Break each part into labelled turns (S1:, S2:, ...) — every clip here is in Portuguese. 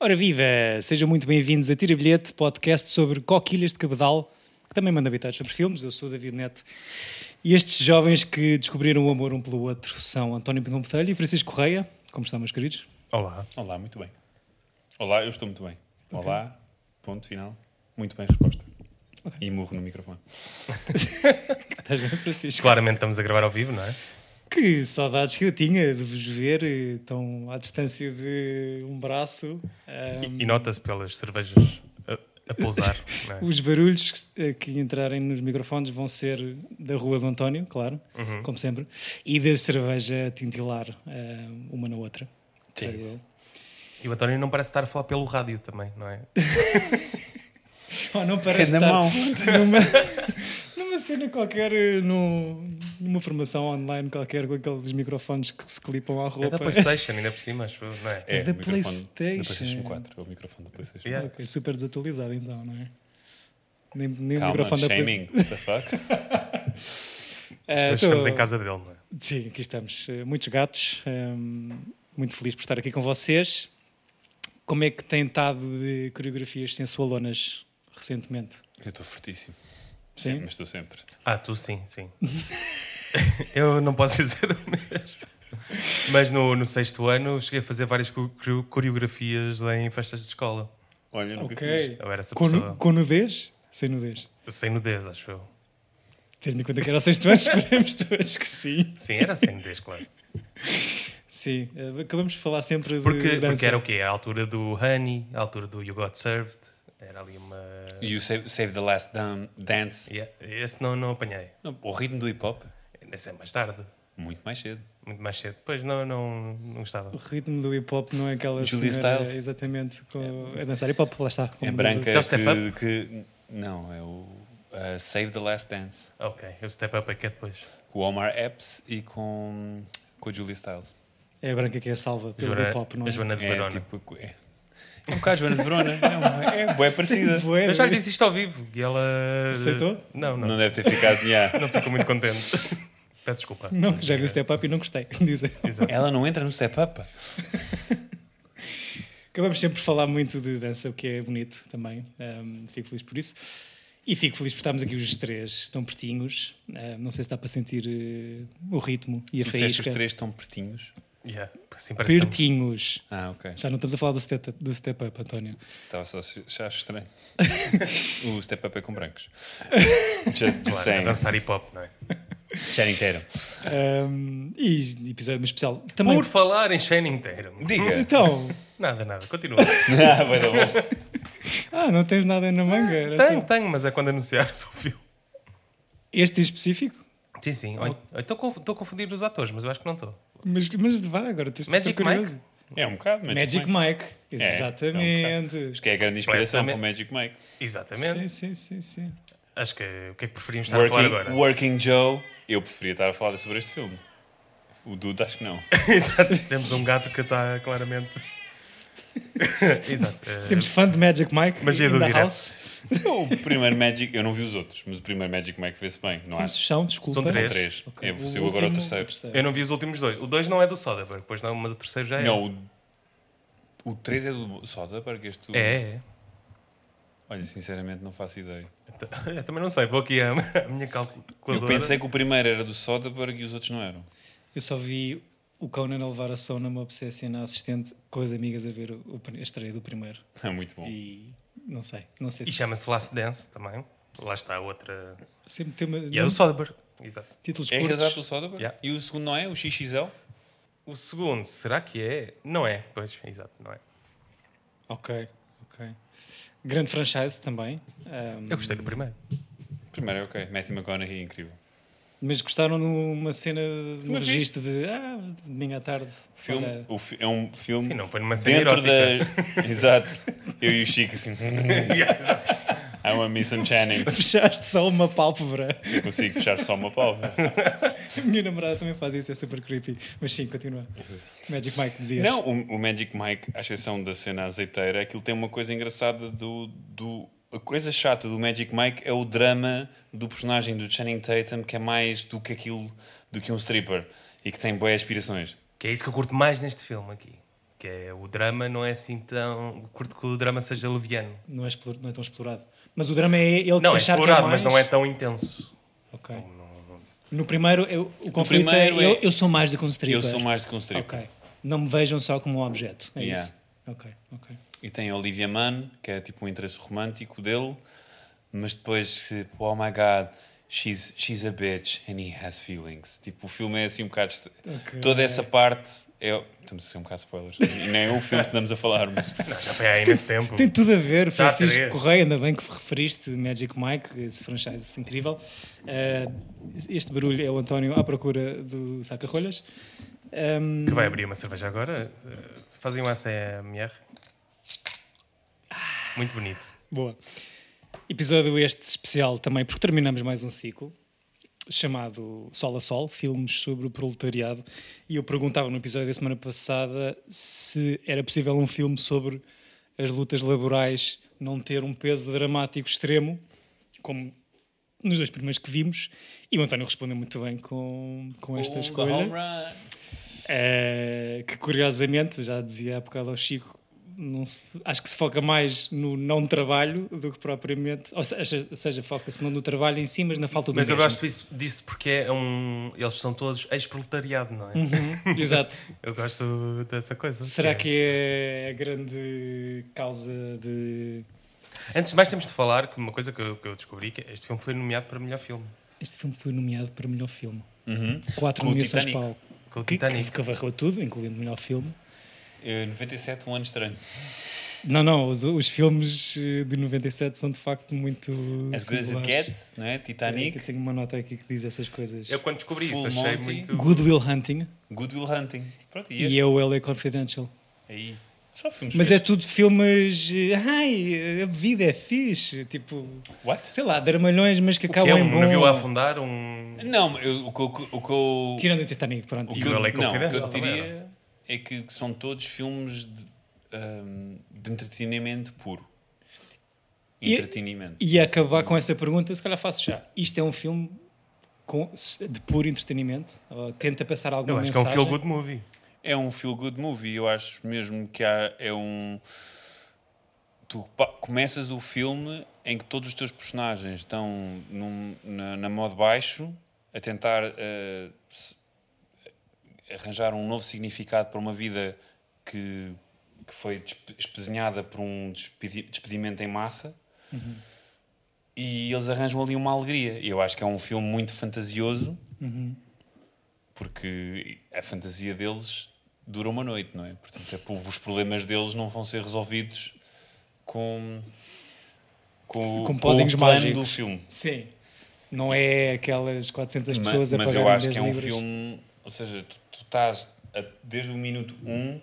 S1: Ora viva! Sejam muito bem-vindos a Tira Bilhete, podcast sobre coquilhas de cabedal, que também manda habitados sobre filmes. Eu sou o David Neto. E estes jovens que descobriram o amor um pelo outro são António Pinto Botelho e Francisco Correia. Como estão, meus queridos?
S2: Olá.
S3: Olá, muito bem. Olá, eu estou muito bem. Olá, ponto final. Muito bem, resposta. E murro no microfone.
S1: Estás bem, Francisco?
S2: Claramente estamos a gravar ao vivo, não é?
S1: Que saudades que eu tinha de vos ver eh, tão à distância de um braço. Ah,
S2: E, e nota-se pelas cervejas a, a pousar, não é?
S1: Os barulhos eh, que entrarem nos microfones vão ser da rua do António, claro,
S2: Uhum.
S1: como sempre, e da cerveja tintilar eh, uma na outra. creio
S3: Cheers.
S2: E o António não parece estar a falar pelo rádio também, não é?
S1: eu. Oh, não parece
S3: na
S1: estar
S3: mão.
S1: Numa, numa cena qualquer, eh, num- numa formação online qualquer, com aqueles microfones que se clipam à
S2: É da
S1: roupa.
S2: PlayStation, ainda por cima, acho eu, não é?
S1: Da
S3: o microfone
S1: PlayStation.
S3: Da PlayStation 4. É o microfone da PlayStation.
S2: Yeah.
S1: Ok, super desatualizado então, não é? Nem, nem o
S3: Calma,
S1: microfone da Play-
S3: shaming. What the fuck?
S1: Ah,
S2: Mas
S1: tô-
S2: estamos em casa dele, não é?
S1: Sim, aqui estamos. Eh, Muitos gatos. ehm, Muito feliz por estar aqui com vocês. Como é que tem estado de coreografias sensualonas recentemente?
S3: Eu estou fortíssimo.
S1: Sim?
S3: Mas estou sempre.
S2: Ah, tu sim, sim. Eu não posso dizer o mesmo. Mas no, no sexto ano cheguei a fazer várias co- co- coreografias em festas de escola.
S3: Olha, nunca
S1: Ok.
S3: fiz.
S2: Eu era essa
S1: Com, nu-
S2: É pessoa.
S1: com nudez? Sem nudez.
S2: Sem nudez, acho eu.
S1: Tendo em conta que era o sexto ano, esperemos todos que sim.
S2: Sim, era sem nudez, claro.
S1: Sim, eh, acabamos de falar sempre de
S2: Porque,
S1: dança.
S2: porque era o quê? A altura do Honey, a altura do You Got Served. Era ali uma.
S3: You save, save the last dam- dance.
S2: Yeah, Esse não, não apanhei.
S3: Não, o ritmo do hip hop,
S2: Esse é mais tarde,
S3: muito mais cedo.
S2: muito mais cedo. Pois não, não, não gostava.
S1: O ritmo do hip-hop não é aquela
S3: Julia
S1: senhora,
S3: Stiles.
S1: Exatamente. Com,
S2: É.
S1: a dançar hip-hop, lá está. como
S3: É
S1: diz
S3: branca
S2: Self Step
S3: que, que- Não, é o uh, Save the Last Dance.
S2: Ok, eu step up aqui depois.
S3: Com o Omar Epps e com, com a Julia Stiles.
S1: o- É a branca que é salva pelo
S2: Joana,
S1: hip-hop, não
S2: a
S1: é?
S2: Joana de
S3: É
S2: Verona.
S3: tipo... É, é um bocado Joana de Verona. É, uma, é, bué parecida.
S1: Bué,
S2: Eu já lhe disse isto ao vivo e ela.
S1: Aceitou?
S2: Não, não.
S3: Não deve ter ficado. yeah.
S2: Não ficou muito contente. Peço desculpa.
S1: Não, já vi o Step Up e não gostei. Dizem.
S2: Exato.
S3: Ela não entra no Step Up.
S1: Acabamos sempre por falar muito de dança, o que é bonito também. Ahm, fico feliz por isso. E fico feliz por estarmos aqui os três, tão pertinhos. Ahm, não sei se dá para sentir eh, o ritmo e a
S3: Tu disseste que
S1: faísca.
S3: os três estão pertinhos.
S2: Yeah, assim parece tão-
S1: Pertinhos.
S3: Ah, ok.
S1: Já não estamos a falar do step, do step Up, António.
S3: Estava só já acho estranho. o Step Up é com brancos. Já, já
S2: Claro, a
S3: sem.
S2: né? dançar hip hop, não é?
S3: Já inteiro.
S1: Ahm, e episódio especial. Também.
S2: Por falar em Shane Tatum.
S3: Diga.
S1: Então,
S2: Nada, nada, continua.
S3: ah, vai dar bom.
S1: ah, não tens nada na manga? Era
S2: tenho,
S1: só-
S2: tenho, mas é quando anunciar só o filme.
S1: Este em específico?
S2: Sim, sim. Ou- ou Estou conf- estou a confundir os atores, mas eu acho que não estou.
S1: Mas, mas vá, agora estou super
S2: Magic Mike?
S1: curioso.
S3: É um bocado, Magic,
S1: Magic Mike.
S3: Mike. É, é um
S1: Exatamente.
S3: bocado. Acho que é a grande inspiração para o Magic Mike.
S2: Exatamente.
S1: sim, sim, sim, sim.
S2: Acho que o que é que preferimos estar a falar
S3: Working,
S2: agora?
S3: Working Joe. Eu preferia estar a falar sobre este filme. O Dude, acho que não.
S2: Exato. Temos um gato que está claramente. Exato. Eh,
S1: Temos fã de Magic Mike.
S2: Magia
S1: in
S2: do
S1: the
S2: direto.
S1: house.
S3: O primeiro Magic. Eu não vi os outros, mas o primeiro Magic Mike vê-se bem, não
S1: Quantos
S3: acho?
S1: são? Desculpa.
S2: São
S3: São
S2: três.
S3: três.
S1: Ok,
S3: É você agora o
S1: último,
S3: terceiro.
S2: eu não vi os últimos dois. O dois não é do Soderbergh, pois não, mas o terceiro já é.
S3: Não, o, o 3 é do Soderbergh, este... o-
S2: É, é. é.
S3: Olha, sinceramente não faço ideia.
S2: Então, Eu também não sei, vou aqui à à minha calculadora.
S3: Eu pensei que o primeiro era do Soderbergh e os outros não eram.
S1: Eu só vi o Conan a levar a sauna uma obsessão na assistente com as amigas a ver o, o, a estreia do primeiro.
S3: É muito bom.
S1: E não sei. Não sei
S2: E
S1: se
S2: chama-se Last Dance também. Lá está a outra.
S1: sempre tem uma,
S2: E é do Soderbergh. Exato.
S1: títulos
S3: É realizado
S1: curtos.
S3: pelo Soderbergh?
S2: Yeah.
S3: E o segundo não é? O XXL?
S2: O segundo, será que é? Não é, pois, exato, não é.
S1: Ok, ok. Grande franchise também. Ahm,
S2: Eu gostei do primeiro.
S3: Primeiro é ok. Matthew McConaughey, incrível.
S1: Mas gostaram numa cena, num
S3: Uma vez.
S1: registro de ah, domingo à tarde.
S3: Filme,
S1: olha,
S3: o fi- é um filme
S2: Sim, não foi numa cena
S3: dentro
S2: erótica.
S3: da... Exato. Eu e o Chico assim... I
S2: Yeah, exato.
S3: wanna miss some Channing.
S1: Fechaste só uma pálpebra.
S3: Eu consigo fechar só uma pálpebra.
S1: A minha namorada também faz isso, é super creepy. Mas sim, continua. Magic Mike dizias.
S3: Não, o, o Magic Mike, à exceção da cena azeiteira, aquilo tem uma coisa engraçada do... do a coisa chata do Magic Mike é o drama do personagem do Channing Tatum que é mais do que aquilo, do que um stripper e que tem boas aspirações.
S2: Que é isso que eu curto mais neste filme aqui. Que que é o drama não é assim tão. Curto que o drama seja leviano.
S1: Não é, explor- não é tão explorado. Mas o drama é ele
S2: Não, é
S1: achar
S2: explorado,
S1: que é mais...
S2: mas não é tão intenso.
S1: Ok.
S2: Não- não-
S1: No primeiro, eu- o conflito
S3: primeiro
S1: é, eu,
S3: é-
S1: eu sou mais de constrictor.
S3: Eu sou mais um de constrito.
S1: Ok. Não me vejam só como um objeto. É
S3: Yeah.
S1: isso. Ok, ok.
S3: E tem a Olivia Munn, que é tipo um interesse romântico dele, mas depois, tipo, oh my god, she's, she's a bitch and he has feelings. Tipo, o filme é assim um bocado. est-
S1: Ok.
S3: Toda essa parte é. Estamos a ser um bocado spoilers. E nem é o filme que estamos a falar, mas.
S2: não, já foi há imenso tempo.
S1: Tem tudo a ver,
S2: Já há
S1: Francisco
S2: três.
S1: Correia, ainda bem que referiste Magic Mike, esse franchise incrível. Eh, este barulho é o António à procura do saca-rolhas. Ehm,
S2: Que vai abrir uma cerveja agora. eh, Fazem um ACMR. Muito bonito.
S1: Boa. Episódio este especial também, porque terminamos mais um ciclo chamado Sol a Sol, filmes sobre o proletariado. E eu perguntava no episódio da semana passada se era possível um filme sobre as lutas laborais não ter um peso dramático extremo, como nos dois primeiros que vimos. E o António respondeu muito bem com, com esta escolha. Eh, que curiosamente, já dizia há bocado ao Chico, não se- acho que se foca mais no não trabalho do que propriamente. Ou seja, ou seja, foca-se não no trabalho em si, mas na falta do
S2: Mas eu
S1: mesmo.
S2: gosto disso, disso porque é um. Eles são todos ex-proletariado, não é?
S1: Uhum, Exato.
S2: Eu gosto dessa coisa.
S1: Será que é a grande causa de.
S2: Antes de mais, temos de falar que uma coisa que eu, que eu descobri que é este filme foi nomeado para melhor filme.
S1: Este filme foi nomeado para melhor filme.
S3: Uhum.
S1: Quatro
S3: Com o
S1: nomeações
S3: Titanic.
S1: para o
S2: Com o
S1: que,
S2: Titanic.
S1: que, que varreu tudo, incluindo o melhor filme.
S3: Eh, 97, um ano estranho.
S1: Não, não, os, os filmes eh, de 97 são de facto muito.
S3: As Good as It
S1: singulares.
S3: Gets, não é?
S1: Peraí que
S3: Titanic,
S1: Eu tenho uma nota aqui que diz essas coisas.
S2: Eu quando descobri
S3: Full
S2: isso achei
S3: Monty.
S2: muito.
S1: Good Will Hunting
S3: Good Will Hunting. Pronto, e este?
S1: e é o LA Confidential.
S3: Aí. Só filmes.
S1: Mas é
S3: fixos.
S1: tudo filmes. eh, Ai, a vida é fixe. Tipo,
S3: What?
S1: sei lá, dramalhões, mas que
S2: Que é
S1: acabam em
S2: um
S1: bom.
S2: navio a afundar, um.
S3: Não, eu- o que eu- o que eu.
S1: Tirando o Titanic, pronto.
S3: O
S2: E
S3: que,
S2: o é
S3: eu,
S2: LA
S3: não, o que eu
S2: Confidential também,
S3: diria é que que são todos filmes de, ahm, de entretenimento puro.
S1: E-
S3: Entretenimento.
S1: E a acabar com essa pergunta, se calhar faço já. Isto é um filme com- de puro entretenimento? Ou tenta passar alguma
S2: Eu acho que é
S1: mensagem?
S2: um feel good movie.
S3: É um feel-good movie. Eu acho mesmo que há, é um... Tu pa- começas o filme em que todos os teus personagens estão num- na, na modo baixo a tentar ah, se- arranjar um novo significado para uma vida que, que foi despe- espezinhada por um despedi- despedimento em massa. E eles arranjam ali uma alegria. E Eu acho que é um filme muito fantasioso porque a fantasia deles dura uma noite, não é? Portanto, é por- os problemas deles não vão ser resolvidos com com, o-
S1: Com
S3: com
S1: pozinhos
S3: o plano
S1: mágicos.
S3: do filme.
S1: Sim. Não é aquelas 400
S3: Ma-
S1: pessoas
S3: Mas,
S1: a
S3: eu
S1: pagarem
S3: acho
S1: 10
S3: que é um
S1: libras.
S3: filme, ou seja, tu, tu estás a- desde o minuto 1.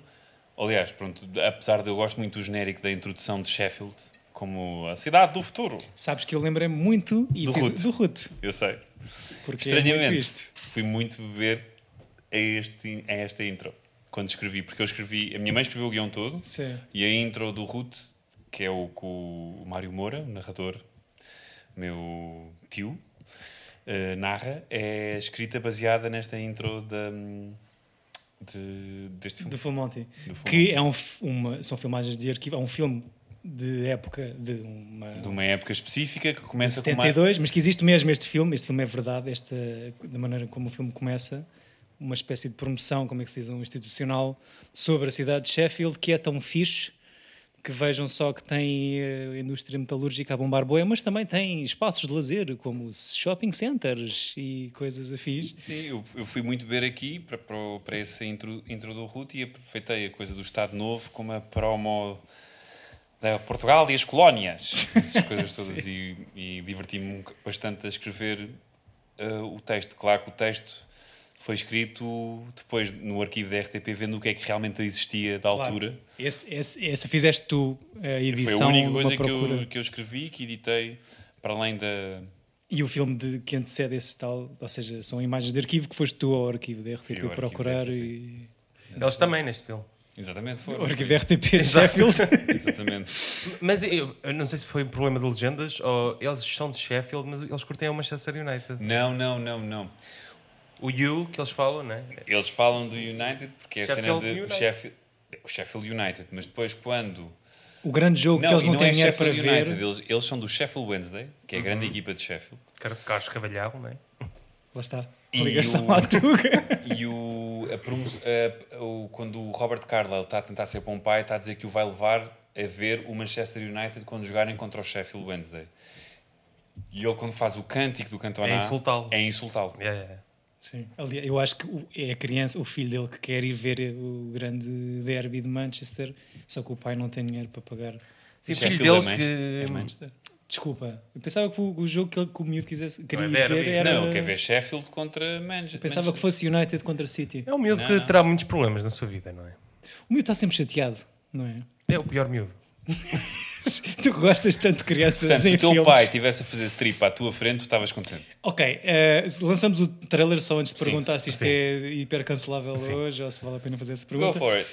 S3: Aliás, pronto, apesar de eu gosto muito do genérico da introdução de Sheffield como a cidade do futuro,
S1: Sabes que eu lembrei-me muito e
S3: Do
S1: fiz-
S3: Ruth.
S1: do Ruth.
S3: eu sei.
S1: Porque é muito
S3: Estranhamente,
S1: isto.
S3: fui muito beber a, este, a esta intro quando escrevi, porque eu escrevi, a minha mãe escreveu o guião todo
S1: Sim.
S3: e a intro do Ruth, que é o que o Mário Moura, o narrador, meu tio, eh, narra, é escrita baseada nesta intro da, hum, de- deste filme.
S1: Do Full Monty.
S3: Do Full
S1: que é um, f- uma, são filmagens de arquivo, é um filme de época de uma.
S3: De uma época específica que começa com uma...
S1: 72, mas que existe mesmo este filme, este filme é verdade, esta, da maneira como o filme começa, uma espécie de promoção, como é que se diz, um institucional, sobre a cidade de Sheffield, que é tão fixe, que vejam só que tem eh, indústria metalúrgica a bombar boia, mas também tem espaços de lazer, como shopping centers e coisas afins.
S3: Sim, eu, eu fui muito ver aqui para, para, o- para essa intro, intro do Ruth e aproveitei a coisa do Estado Novo como a promo da Portugal e as colónias, essas coisas todas, e, e diverti-me bastante a escrever ah, o texto. Claro que o texto foi escrito depois no arquivo da RTP, vendo o que é que realmente existia da altura.
S1: Esse, esse- essa fizeste tu a edição,
S3: Foi a única
S1: uma
S3: coisa que
S1: procura.
S3: eu, que eu escrevi, que editei, para além da.
S1: E o filme de, que antecede esse tal, ou seja, são imagens de arquivo que foste tu ao arquivo da
S3: Fui ao
S1: RTP
S3: arquivo
S1: procurar
S3: da
S1: e.
S2: Eles também neste filme.
S3: Exatamente, foi.
S1: O arquivo é- da RTP de
S2: Exato.
S1: Sheffield.
S3: Exatamente.
S2: Mas eu, eu não sei se foi um problema de legendas ou eles são de Sheffield, mas eles curtem é o Manchester United.
S3: Não, não, não, não.
S2: O You que eles falam, né?
S3: Eles falam do United porque é a cena
S2: Sheffield
S3: de
S2: United.
S3: Sheffield. o Sheffield United, mas depois quando.
S1: O grande jogo que
S3: Não,
S1: eles
S3: e
S1: não,
S3: não
S1: têm
S3: é
S1: dinheiro para
S3: Sheffield
S1: ver. Uhum.
S3: United, eles, eles são do Sheffield Wednesday, que é a grande equipa de Sheffield.
S2: Car- Carlos Cavalhal, não é?
S1: Lá está.
S3: E
S1: Ligação
S3: o-
S1: à Tuga.
S3: E o, a promo- a- o- quando o Robert Carlyle está a tentar ser bom pai, está a dizer que o vai levar a ver o Manchester United quando jogarem contra o Sheffield Wednesday. E ele, quando faz o cântico do Cantona,
S2: É insultá-lo.
S3: É insultá-lo.
S2: É, é.
S1: Sim. Ali- eu acho que o- é a criança, o filho dele que quer ir ver o grande derby de Manchester, só que o pai não tem dinheiro para pagar.
S2: Sim,
S3: Sheffield
S2: filho dele
S3: é Manchester.
S2: que.
S3: É Manchester.
S1: Desculpa, eu pensava que o, o jogo que, ele, que o miúdo quisesse, queria
S2: é
S1: ir
S2: derby.
S1: ver era.
S3: Não, ele quer ver Sheffield contra Manchester.
S1: Pensava que fosse United contra City.
S2: É um miúdo
S3: Não,
S2: que
S3: não.
S2: terá muitos problemas na sua vida, não é?
S1: O miúdo está sempre chateado, não é?
S2: É o pior miúdo.
S1: Tu gostas tanto de crianças
S3: Portanto, se
S1: em
S3: o teu
S1: filmes.
S3: pai estivesse a fazer strip à tua frente, tu estavas contente.
S1: Ok, eh, lançamos o trailer só antes de
S2: Sim,
S1: perguntar se isto
S2: sim.
S1: é hipercancelável
S2: Sim.
S1: hoje ou se vale a pena fazer essa
S3: Go
S1: pergunta.
S3: for it.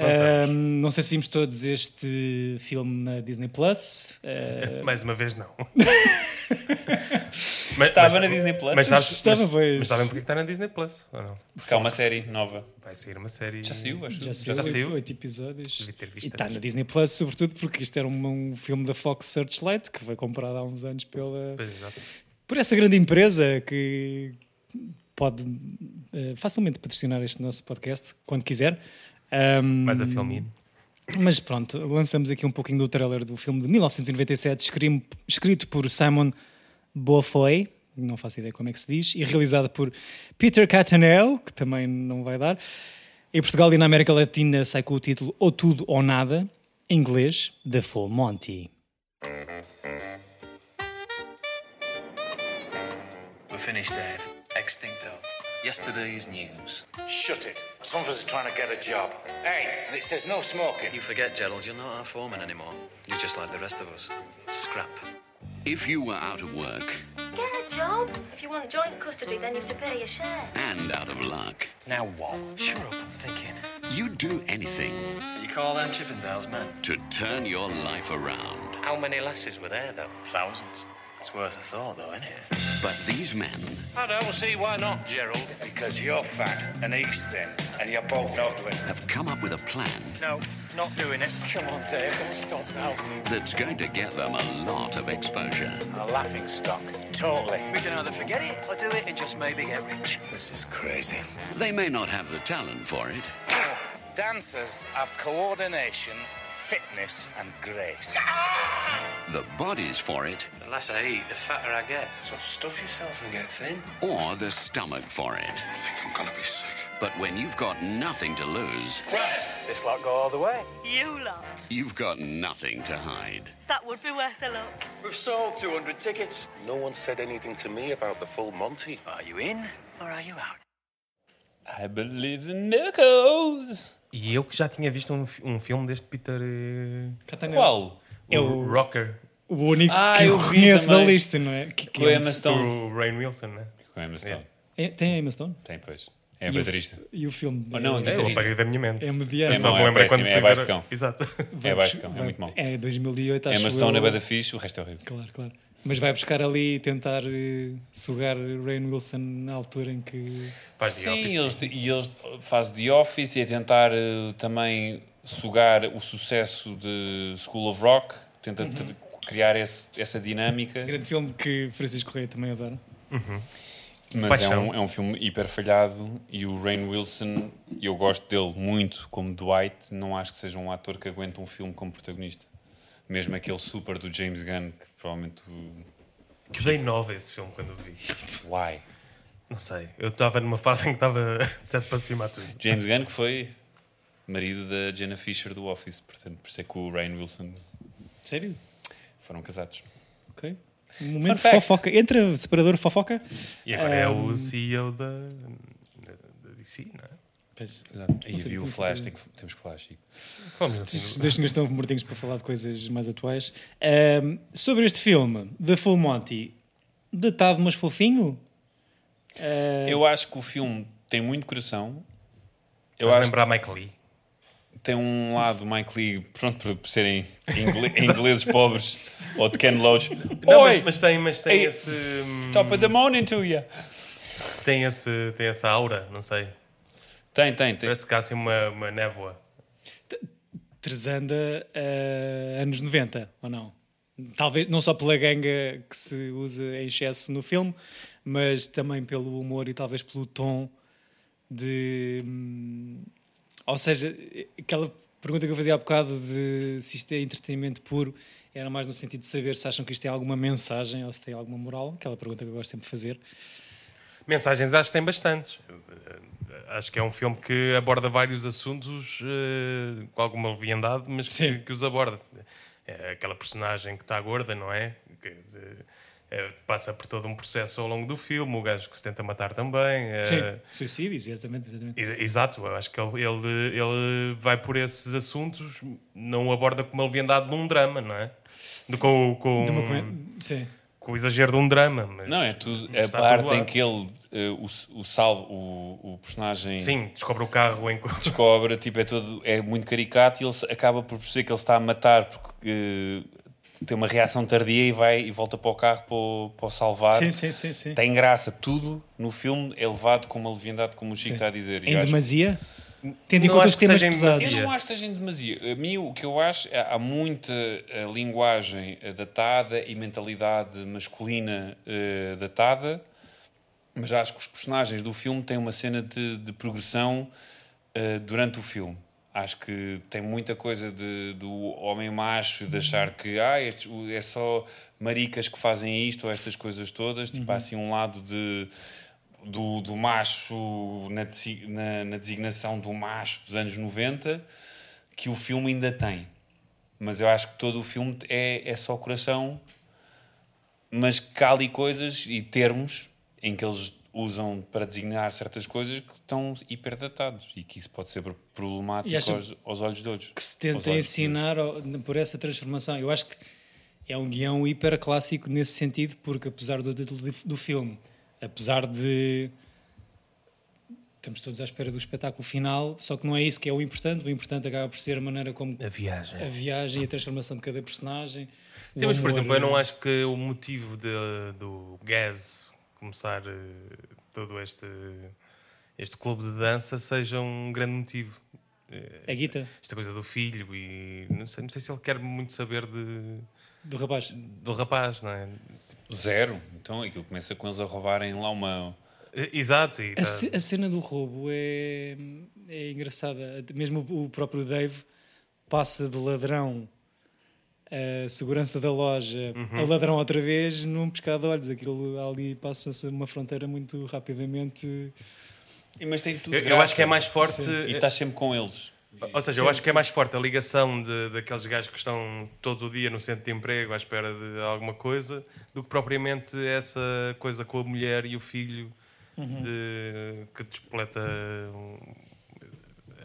S1: Ahm, não sei se vimos todos este filme na Disney Plus.
S3: É.
S1: eh,
S2: Mais uma vez, não. Mas-
S3: Estava
S2: mas-
S3: na Disney Plus.
S2: Mas sabes,
S1: Estava,
S2: mas-
S1: pois.
S2: mas sabem porque está na Disney Plus? Ou não?
S3: Porque há é uma série nova.
S2: Vai sair uma série.
S3: Já saiu, acho. tá
S1: já saiu
S2: saiu?
S1: oito- oito episódios.
S2: Devia ter visto
S1: E está
S2: antes.
S1: na Disney Plus, sobretudo porque isto era um, um filme da Fox Searchlight que foi comprado há uns anos pela,
S2: Pois, exato.
S1: por essa grande empresa que pode eh, facilmente patrocinar este nosso podcast quando quiser. Ahm,
S2: Mais a filmino.
S1: Mas pronto, lançamos aqui um pouquinho do trailer do filme de 1997, escrim- escrito por Simon Beaufoy, não faço ideia como é que se diz, e realizado por Peter Cataneo, que também não vai dar. Em Portugal e na América Latina sai com o título Ou Tudo ou Nada, em inglês The Full Monty.
S4: We're finished, Dad. Extincto. Yesterday's news.
S5: Shut it. Some of us are trying to get a job. Hey, and it says no smoking.
S4: You forget, Gerald, you're not our foreman anymore. You're just like the rest of us. Scrap.
S6: If you were out of work
S7: Get a job. If you want joint custody, then you have to pay your share.
S6: and out of luck,
S5: Now what?
S4: Sure up, I'm thinking.
S6: you'd do anything
S4: You call them Chippendales, man?
S6: to turn your life around.
S5: How many lasses were there, though? Thousands.
S4: It's worth a thought, though, innit?
S6: But these men
S5: I don't see why not, Gerald. Because you're fat and he's thin, and you're both ugly.
S6: have come up with a plan
S5: No, not doing it. Come on, Dave, don't stop now.
S6: that's going to get them a lot of exposure.
S5: A laughing stock. Totally.
S4: We can either forget it or do it and just maybe get rich.
S5: This is crazy.
S6: They may not have the talent for it,
S5: Dancers have coordination, fitness, and grace.
S6: the bodies for it,
S4: The less I eat, the fatter I get.
S5: So stuff yourself and get thin.
S6: or the stomach for it.
S5: I think I'm gonna be sick.
S6: But when you've got nothing to lose,
S4: This lot go all the way.
S8: You lot.
S6: you've got nothing to hide.
S8: That would be worth a look.
S4: We've sold 200 tickets.
S9: No one said anything to me about the full Monty.
S4: Are you in or are you out?
S3: I believe in miracles.
S2: E eu que já tinha visto um, fi- um filme deste Peter. eh,
S1: Cataneo.
S3: Qual?
S1: É
S2: o
S1: o,
S2: Rocker.
S1: o único
S3: Ah,
S1: que eu
S3: eu vi
S1: reconheço da
S3: também.
S1: lista, não é? Que- que
S3: Com a
S1: é um-
S3: Emma Stone.
S2: O Rain Wilson, né?
S3: Com a Emma Stone.
S1: é- tem a Emma Stone?
S3: Tem, pois. É
S1: E
S3: a
S1: o-
S3: baterista.
S1: E o filme.
S3: Oh, não,
S1: é,
S2: É, eu apaguei da minha mente.
S1: é mediano.
S2: Eu só
S3: mau,
S2: me
S3: é
S2: lembrei
S3: péssimo,
S2: quando
S3: é
S2: fui
S3: abaixo
S2: ver-
S3: de cão.
S2: Exato.
S3: É baixo, cão, é muito mau.
S1: É 2008, acho
S3: Emma
S1: eu.
S3: Stone é bada fixe, o resto é horrível.
S1: Claro, claro. Mas vai buscar ali e tentar eh, sugar Rain Wilson na altura em que.
S2: Faz The
S3: Sim,
S2: Office.
S3: eles, e eles fazem The Office e a tentar eh, também sugar o sucesso de School of Rock, tenta
S1: Uhum.
S3: tr- criar esse- essa dinâmica.
S1: É Grande filme que Francisco Correia também adora.
S3: Mas é
S2: Paixão.
S3: um, é um filme hiper falhado e o Rain Wilson, eu gosto dele muito como Dwight, não acho que seja um ator que aguente um filme como protagonista. Mesmo aquele super do James Gunn, que provavelmente o...
S2: Que dei nova esse filme quando o vi.
S3: Why?
S2: Não sei. Eu estava numa fase em que estava de certo para cima a tudo.
S3: James Gunn que foi marido da Jenna Fisher do Office, portanto, por isso é que o Rain Wilson
S1: Sério?
S3: foram casados.
S1: Ok. Um momento
S3: fact.
S1: fofoca. Entra, separador fofoca.
S2: E agora é
S1: Um,
S2: o CEO da, da DC, não é?
S1: Pois.
S3: Exato. E
S1: Não sei
S3: vi o
S1: como é se
S3: Flash,
S1: chama.
S3: tem que- temos que falar, Chico.
S2: Falamos assim
S1: Os
S2: do-
S1: dois senhores estão mortinhos para falar de coisas mais atuais. Ahm, sobre este filme, The Full Monty, datado, mas fofinho. Ah,
S3: Eu acho que o filme tem muito coração. Eu
S2: Faz
S3: acho
S2: lembrar Michael Lee.
S3: tem um lado Mike Lee, pronto, por por serem ingle- ingleses pobres ou de Ken Loach.
S2: Não,
S3: Oi!
S2: mas, mas tem, mas tem
S3: Ei.
S2: esse. hum,
S3: Top of the morning to you.
S2: Tem, esse, tem essa aura, não sei.
S3: Tem, tem, tem.
S2: Parece que há assim uma, uma névoa.
S1: Trezanda eh, anos 90, ou não? Talvez não só pela ganga que se usa em excesso no filme, mas também pelo humor e talvez pelo tom de. hum, Ou seja, aquela pergunta que eu fazia há bocado de se isto é entretenimento puro era mais no sentido de saber se acham que isto tem alguma mensagem ou se tem alguma moral, aquela pergunta que eu gosto sempre de fazer.
S2: Mensagens acho que tem bastantes. Eh, Acho que é um filme que aborda vários assuntos eh, com alguma leviandade, mas que,
S1: Sim.
S2: que os aborda. É aquela personagem que está gorda, não é? Que, de- eh, passa por todo um processo ao longo do filme, o gajo que se tenta matar também. eh,
S1: Suicídio, exatamente, exatamente.
S2: Ex- Exato, eu acho que ele, ele, ele vai por esses assuntos, não o aborda com uma leviandade num drama, não é? Do- com, o- com,
S1: De uma comédia- Sim.
S2: com o exagero de um drama. Mas
S3: Não, é tudo.
S2: mas
S3: É a
S2: está
S3: parte
S2: tudo lá.
S3: em que ele, eh, o, s- o salvo, o, o personagem
S2: Sim, descobre o carro em que-
S3: descobre, tipo, é, todo, é muito caricato e ele se- acaba por perceber que ele se está a matar porque eh, tem uma reação tardia e vai e volta para o carro para o, para o salvar.
S1: Sim, sim, sim, sim.
S3: Tem graça, tudo no filme é levado com uma leviandade, como o Chico está a dizer. E
S1: Em
S3: eu acho-
S1: demasia? Tendo em
S2: não
S1: conta
S2: acho
S1: os
S2: que
S1: temas
S2: seja em
S1: pesados.
S3: Eu
S2: Yeah.
S3: não acho que seja em demasia. A mim, o que eu acho, é, há muita eh, linguagem eh, datada e mentalidade masculina eh, datada, mas acho que os personagens do filme têm uma cena de, de progressão eh, durante o filme. Acho que tem muita coisa de- do homem macho, de achar que ah, estes- o- é só maricas que fazem isto ou estas coisas todas. Tipo, há assim um lado de do, do macho, na, desi- na- na designação do macho dos anos 90, que o filme ainda tem. Mas eu acho que todo o filme é, é só coração, mas que há ali coisas e termos em que eles usam para designar certas coisas que estão hiperdatados e que isso pode ser problemático
S1: E acha-
S3: aos, aos olhos de outros.
S1: que se
S3: Aos olhos
S1: tenta
S3: de
S1: ensinar ao- por essa transformação. Eu acho que é um guião hiper clássico nesse sentido, porque apesar do título de- do filme, apesar de estamos todos à espera do espetáculo final, só que não é isso que é o importante. O importante acaba por ser a maneira como
S2: A viagem.
S1: a viagem e a transformação de cada personagem.
S2: Sim,
S1: o
S2: mas por
S1: humor,
S2: exemplo, eu não acho que o motivo de- do Gaz começar eh, todo este, este clube de dança seja um grande motivo.
S1: a guita
S2: Esta coisa do filho e não sei, não sei se ele quer muito saber de,
S1: do rapaz.
S2: do rapaz, não é?
S3: Zero. Então aquilo começa com eles a roubarem lá uma.
S2: Eh, Exato. E
S1: A,
S2: tá-
S1: ce- a cena do roubo é, é engraçada. Mesmo o o próprio Dave passa de ladrão a segurança da loja a
S2: Uhum.
S1: ladrão outra vez num pescado de olhos. Aquilo ali passa-se uma fronteira muito rapidamente.
S3: Mas tem tudo.
S2: Eu, eu
S3: graça.
S2: acho que é mais forte.
S3: E estás sempre com eles.
S2: Ou seja, eu acho que é mais forte a ligação de, daqueles gajos que estão todo o dia no centro de emprego à espera de alguma coisa do que propriamente essa coisa com a mulher e o filho de, que despoleta um,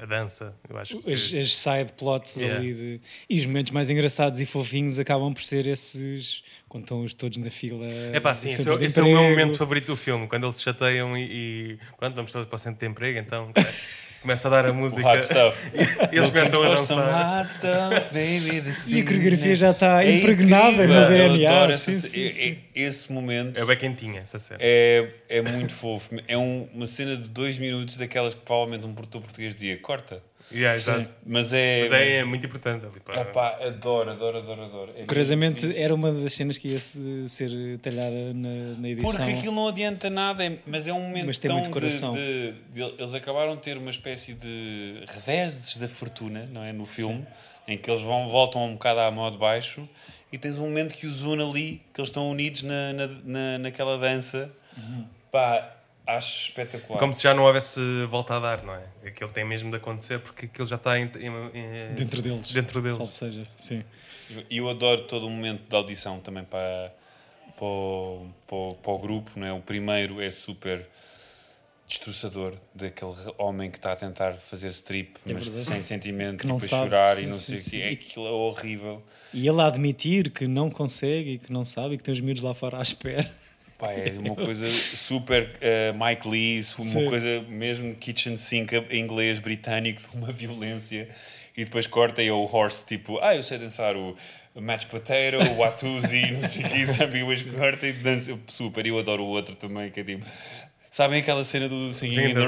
S2: a dança. Eu acho que
S1: As, as side plots
S2: Yeah.
S1: ali de- e os momentos mais engraçados e fofinhos acabam por ser esses quando estão-os todos na fila.
S2: É pá, sim,
S1: do
S2: esse,
S1: centro
S2: é-
S1: de
S2: esse é o meu
S1: emprego.
S2: momento favorito do filme, quando eles se chateiam e, e, pronto, vamos todos para o centro de emprego, então cara, começa a dar a música.
S3: Hot stuff.
S2: E eles começam a
S3: Looking for some
S2: dançar.
S3: hot stuff, baby, this
S1: E a coreografia já está
S3: evening.
S1: impregnada no
S3: É incrível.
S1: DNA,
S3: Eu adoro essa-
S1: sim, sim,
S3: e-
S1: sim.
S3: e- Esse momento
S2: É bem quentinha essa cena.
S3: é, é muito fofo. É um- uma cena de dois minutos daquelas que provavelmente um produtor português dizia corta.
S2: Yeah, exato.
S3: Mas é.
S2: Mas é, é muito importante ali para-
S3: Epá, adoro, adoro, adoro, adoro. É
S1: Curiosamente, era uma das cenas que ia se- ser talhada na, na edição.
S3: Porque aquilo não adianta nada, é- mas é um momento
S1: Mas tem
S3: tão
S1: muito
S3: de-
S1: coração.
S3: De, de- Eles acabaram de ter uma espécie de reveses da fortuna, não é? No filme, em que eles vão, voltam um bocado à moda baixo e tens um momento que os une ali, que eles estão unidos na, na, na- naquela dança.
S1: Uhum.
S3: Pá, acho espetacular.
S2: É Como se já não houvesse volta a dar, não é? Aquilo tem mesmo de acontecer porque aquilo já está em- em- em-
S1: Dentro deles.
S2: Dentro deles.
S1: Salve seja, sim.
S3: E eu adoro todo o momento da audição também para, para, o, para, o- para o grupo, não é? O primeiro é super destroçador daquele homem que está a tentar fazer strip, mas
S1: É verdade.
S3: sem sentimento,
S1: não
S3: tipo, a
S1: sabe,
S3: chorar
S1: sim,
S3: e não
S1: sim,
S3: sei o
S1: sim.
S3: quê. É Aquilo é horrível.
S1: E ele a admitir que não consegue e que não sabe e que tem os miúdos lá fora à espera.
S3: Pá, é uma coisa super eh, Mike Lee, isso, uma
S1: Sim.
S3: coisa mesmo kitchen sink em inglês britânico, de uma violência. E depois corta e é o horse, tipo, ah, eu sei dançar o mashed potato, o watusi, não sei o que, sabe? E depois corta e dança super. E eu adoro o outro também, que é tipo, sabem aquela cena do Singing
S2: Singing
S3: in
S2: in the
S3: the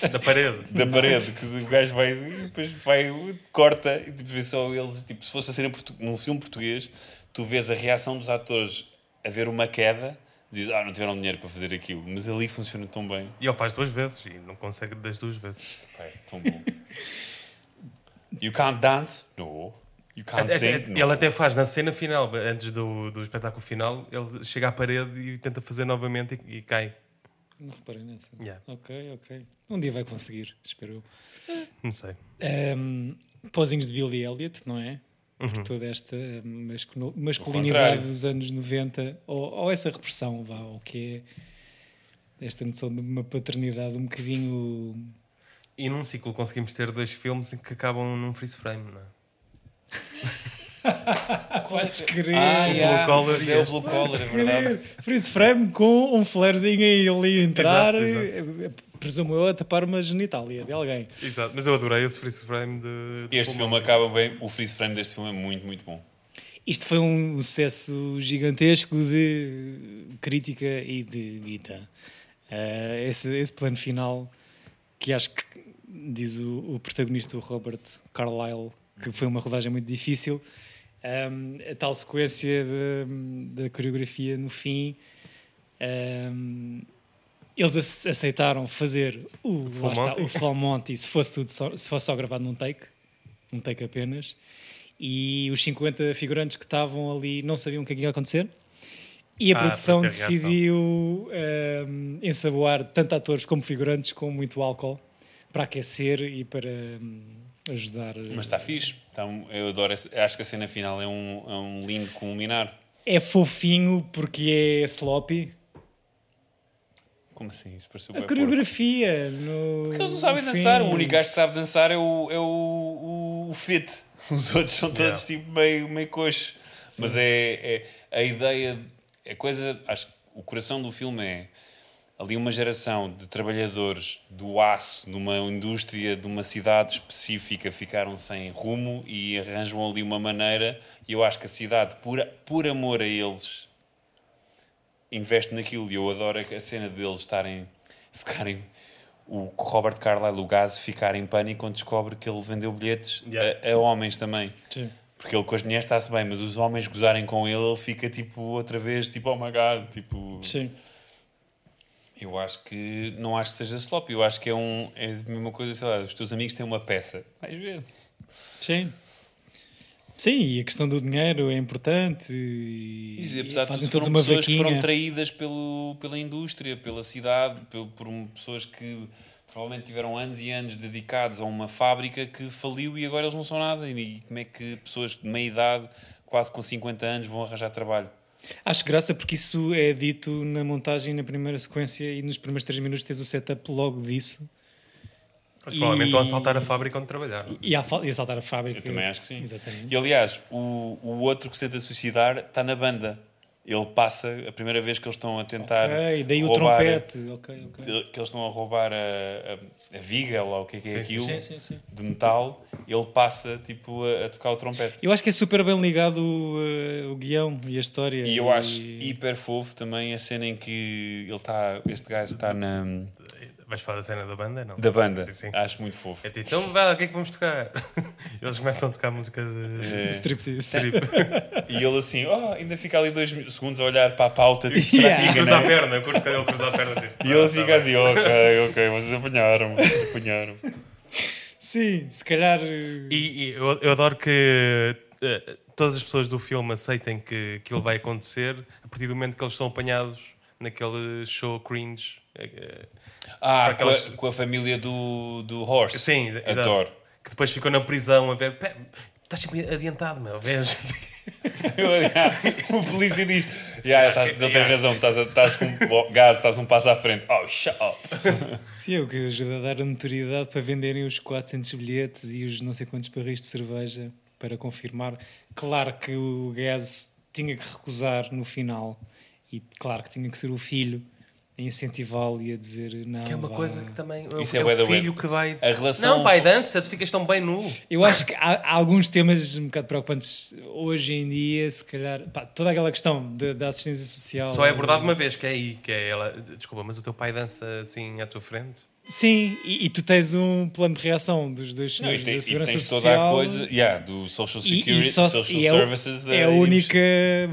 S3: Rain?
S2: da parede.
S3: da parede que o gajo vai e depois vai, corta e tipo, vê só eles. Tipo, se fosse a cena em portu- num filme português, tu vês a reação dos atores a ver uma queda, dizes, ah, não tiveram dinheiro para fazer aquilo, mas ali funciona tão bem.
S2: E ele faz duas vezes e não consegue das duas vezes.
S3: Pá, é tão bom. You can't dance? No. You can't
S2: Até-
S3: sing?
S2: até-
S3: No.
S2: É, ele até faz na cena final, antes do, do espetáculo final, ele chega à parede e tenta fazer novamente e, e cai.
S1: Não reparei nessa.
S2: Yeah.
S1: Ok, ok. Um dia vai conseguir, espero eu.
S2: Não sei.
S1: Um, pozinhos de Billy Elliot, não é? Por toda esta masculino- masculinidade
S3: contrário.
S1: dos anos 90, ou, ou essa repressão, vá, o que é esta noção de uma paternidade um bocadinho.
S2: E num ciclo conseguimos ter dois filmes em que acabam num freeze frame, não é?
S1: Podes querer.
S3: Ah, yeah,
S2: collar
S3: mas
S2: e
S3: é o
S2: este.
S3: blue collar, é verdade.
S1: Freeze frame com um flarezinho aí ali a entrar,
S2: Exato,
S1: eh, presumo eu, a tapar uma genitália de alguém.
S2: Exato, mas eu adorei esse freeze frame de. de
S3: Este
S2: pulmão.
S3: filme acaba bem, o freeze frame deste filme é muito, muito bom.
S1: Isto foi um sucesso gigantesco de crítica e de guita. Ah, esse, esse plano final, que acho que diz o, o protagonista, o Robert Carlyle, que foi uma rodagem muito difícil. Ahm, a tal sequência de- da coreografia no fim. ahm, eles ace- aceitaram fazer o,
S2: Full
S1: lá está,
S2: Monty.
S1: o Full Monty, se fosse, tudo só, se fosse só gravado num take, um take apenas, e os 50 figurantes que estavam ali não sabiam o que é que ia acontecer, e a
S2: Ah,
S1: produção
S2: para ter reação.
S1: decidiu ehm, ensaboar tanto atores como figurantes com muito álcool para aquecer e para hum, ajudar.
S3: Mas tá- está fixe. Está um- eu adoro. esse- Acho que a cena final é um, é um lindo culminar.
S1: É fofinho porque é sloppy.
S3: Como assim? Isso pareceu
S1: A
S3: bué porco.
S1: coreografia no.
S3: Porque eles não sabem
S1: no
S3: dançar.
S1: fim.
S3: O único gajo que sabe dançar é o, é o, o fit. Os outros são todos tipo meio, meio coxo. Mas é, é a ideia, a coisa, acho que o coração do filme é ali uma geração de trabalhadores do aço, numa indústria, de uma cidade específica, ficaram sem rumo e arranjam ali uma maneira. E eu acho que a cidade, por, por amor a eles, investe naquilo e eu adoro a cena deles estarem ficarem o Robert Carlyle, o Gazo, ficar em pânico quando descobre que ele vendeu bilhetes
S2: Yeah.
S3: a, a homens também.
S1: Sim.
S3: Porque ele com as mulheres está-se bem, mas os homens gozarem com ele, ele fica tipo outra vez, tipo, oh my god, tipo.
S1: Sim.
S3: Eu acho que não acho que seja sloppy, eu acho que é um é a mesma coisa, sei lá, os teus amigos têm uma peça. Vais ver.
S1: Sim. Sim, e a questão do dinheiro é importante. E,
S3: E,
S1: e
S3: apesar de
S1: fazem
S3: tudo,
S1: todos
S3: foram
S1: uma
S3: pessoas que foram
S1: vaquinha.
S3: traídas pelo, pela indústria, pela cidade, pelo- por, um- pessoas que provavelmente tiveram anos e anos dedicados a uma fábrica que faliu e agora eles não são nada. E como é que pessoas de meia idade, quase com 50 anos, vão arranjar trabalho?
S1: Acho graça porque isso é dito na montagem, na primeira sequência, e nos primeiros três minutos tens o setup logo disso.
S2: Mas
S1: E-
S2: provavelmente vão assaltar a fábrica onde trabalhar.
S1: E a, fal- e a saltar a fábrica.
S3: Eu também acho que sim.
S1: Exatamente.
S3: E aliás, o, o outro que se tenta suicidar está na banda. Ele passa a primeira vez que eles estão a tentar.
S1: Ok, daí o
S3: roubar-
S1: trompete. Ok, ok.
S3: que eles estão a roubar a, a, a viga ou lá o que é que é
S2: Sim,
S3: aquilo
S1: sim, sim, sim.
S3: de metal, ele passa tipo a, a tocar o trompete.
S1: Eu acho que é super bem ligado uh, o guião e a história.
S3: E eu acho hiper fofo também a cena em que ele está, este gajo está na
S2: Vais falar da cena da banda? Não.
S3: da banda.
S2: Sim.
S3: Acho muito fofo.
S2: É tipo, então vá, o que é que vamos tocar? Eles começam a tocar música de.
S3: É.
S1: Striptease.
S2: Tipo,
S3: E ele assim, oh, ainda fica ali dois mi- segundos a olhar para a pauta, tipo, será
S1: Yeah.
S3: que
S2: cruza a
S3: enganei?
S2: perna, eu curto quando ele cruza a perna. Tipo,
S3: E ele
S2: ah, tá
S3: fica
S2: bem.
S3: assim, ok, ok, vocês apanharam, vocês apanharam.
S1: Sim, se calhar. uh,
S2: E, e eu, eu adoro que eh, todas as pessoas do filme aceitem que aquilo vai acontecer a partir do momento que eles são apanhados naquele show cringe. eh, Para
S3: Ah, com a,
S2: aquelas-
S3: com a família do, do Horse.
S2: Sim, exato.
S3: Adoro.
S2: Que depois ficou na prisão a ver. "Pé, Estás sempre adiantado, meu. Vês?
S3: o polícia diz: yeah, estás, Ele tem
S2: Yeah.
S3: razão, estás, estás com um gás, estás um passo à frente. Oh, shut up.
S1: Sim, é o que ajuda a dar a notoriedade para venderem os 400 bilhetes e os não sei quantos barris de cerveja para confirmar. Claro que o Guedes tinha que recusar no final e claro que tinha que ser o filho a incentivá-lo e a dizer não.
S2: Que é uma
S1: vá.
S2: coisa que também.
S3: Isso
S2: é,
S3: é
S2: o-
S3: bué
S2: é
S3: da
S2: o filho
S3: weird.
S2: que vai.
S3: A relação-
S2: Não, pai, dança, tu ficas tão bem nu.
S1: Eu acho que há, há alguns temas um bocado preocupantes hoje em dia, se calhar. Pá, toda aquela questão da, da assistência social.
S2: é Só é abordado uma vez, que é aí, que é ela. Desculpa, mas o teu pai dança assim à tua frente?
S1: Sim, e, e tu tens um plano de reação dos dois
S3: Não,
S1: senhores
S3: e, tem,
S1: da
S3: e
S1: Segurança
S3: tens
S1: Social.
S3: toda a coisa yeah, do Social
S1: E-
S3: Security,
S1: e só se-
S3: Social
S1: e é o-
S3: Services.
S1: É a
S3: eh,
S1: única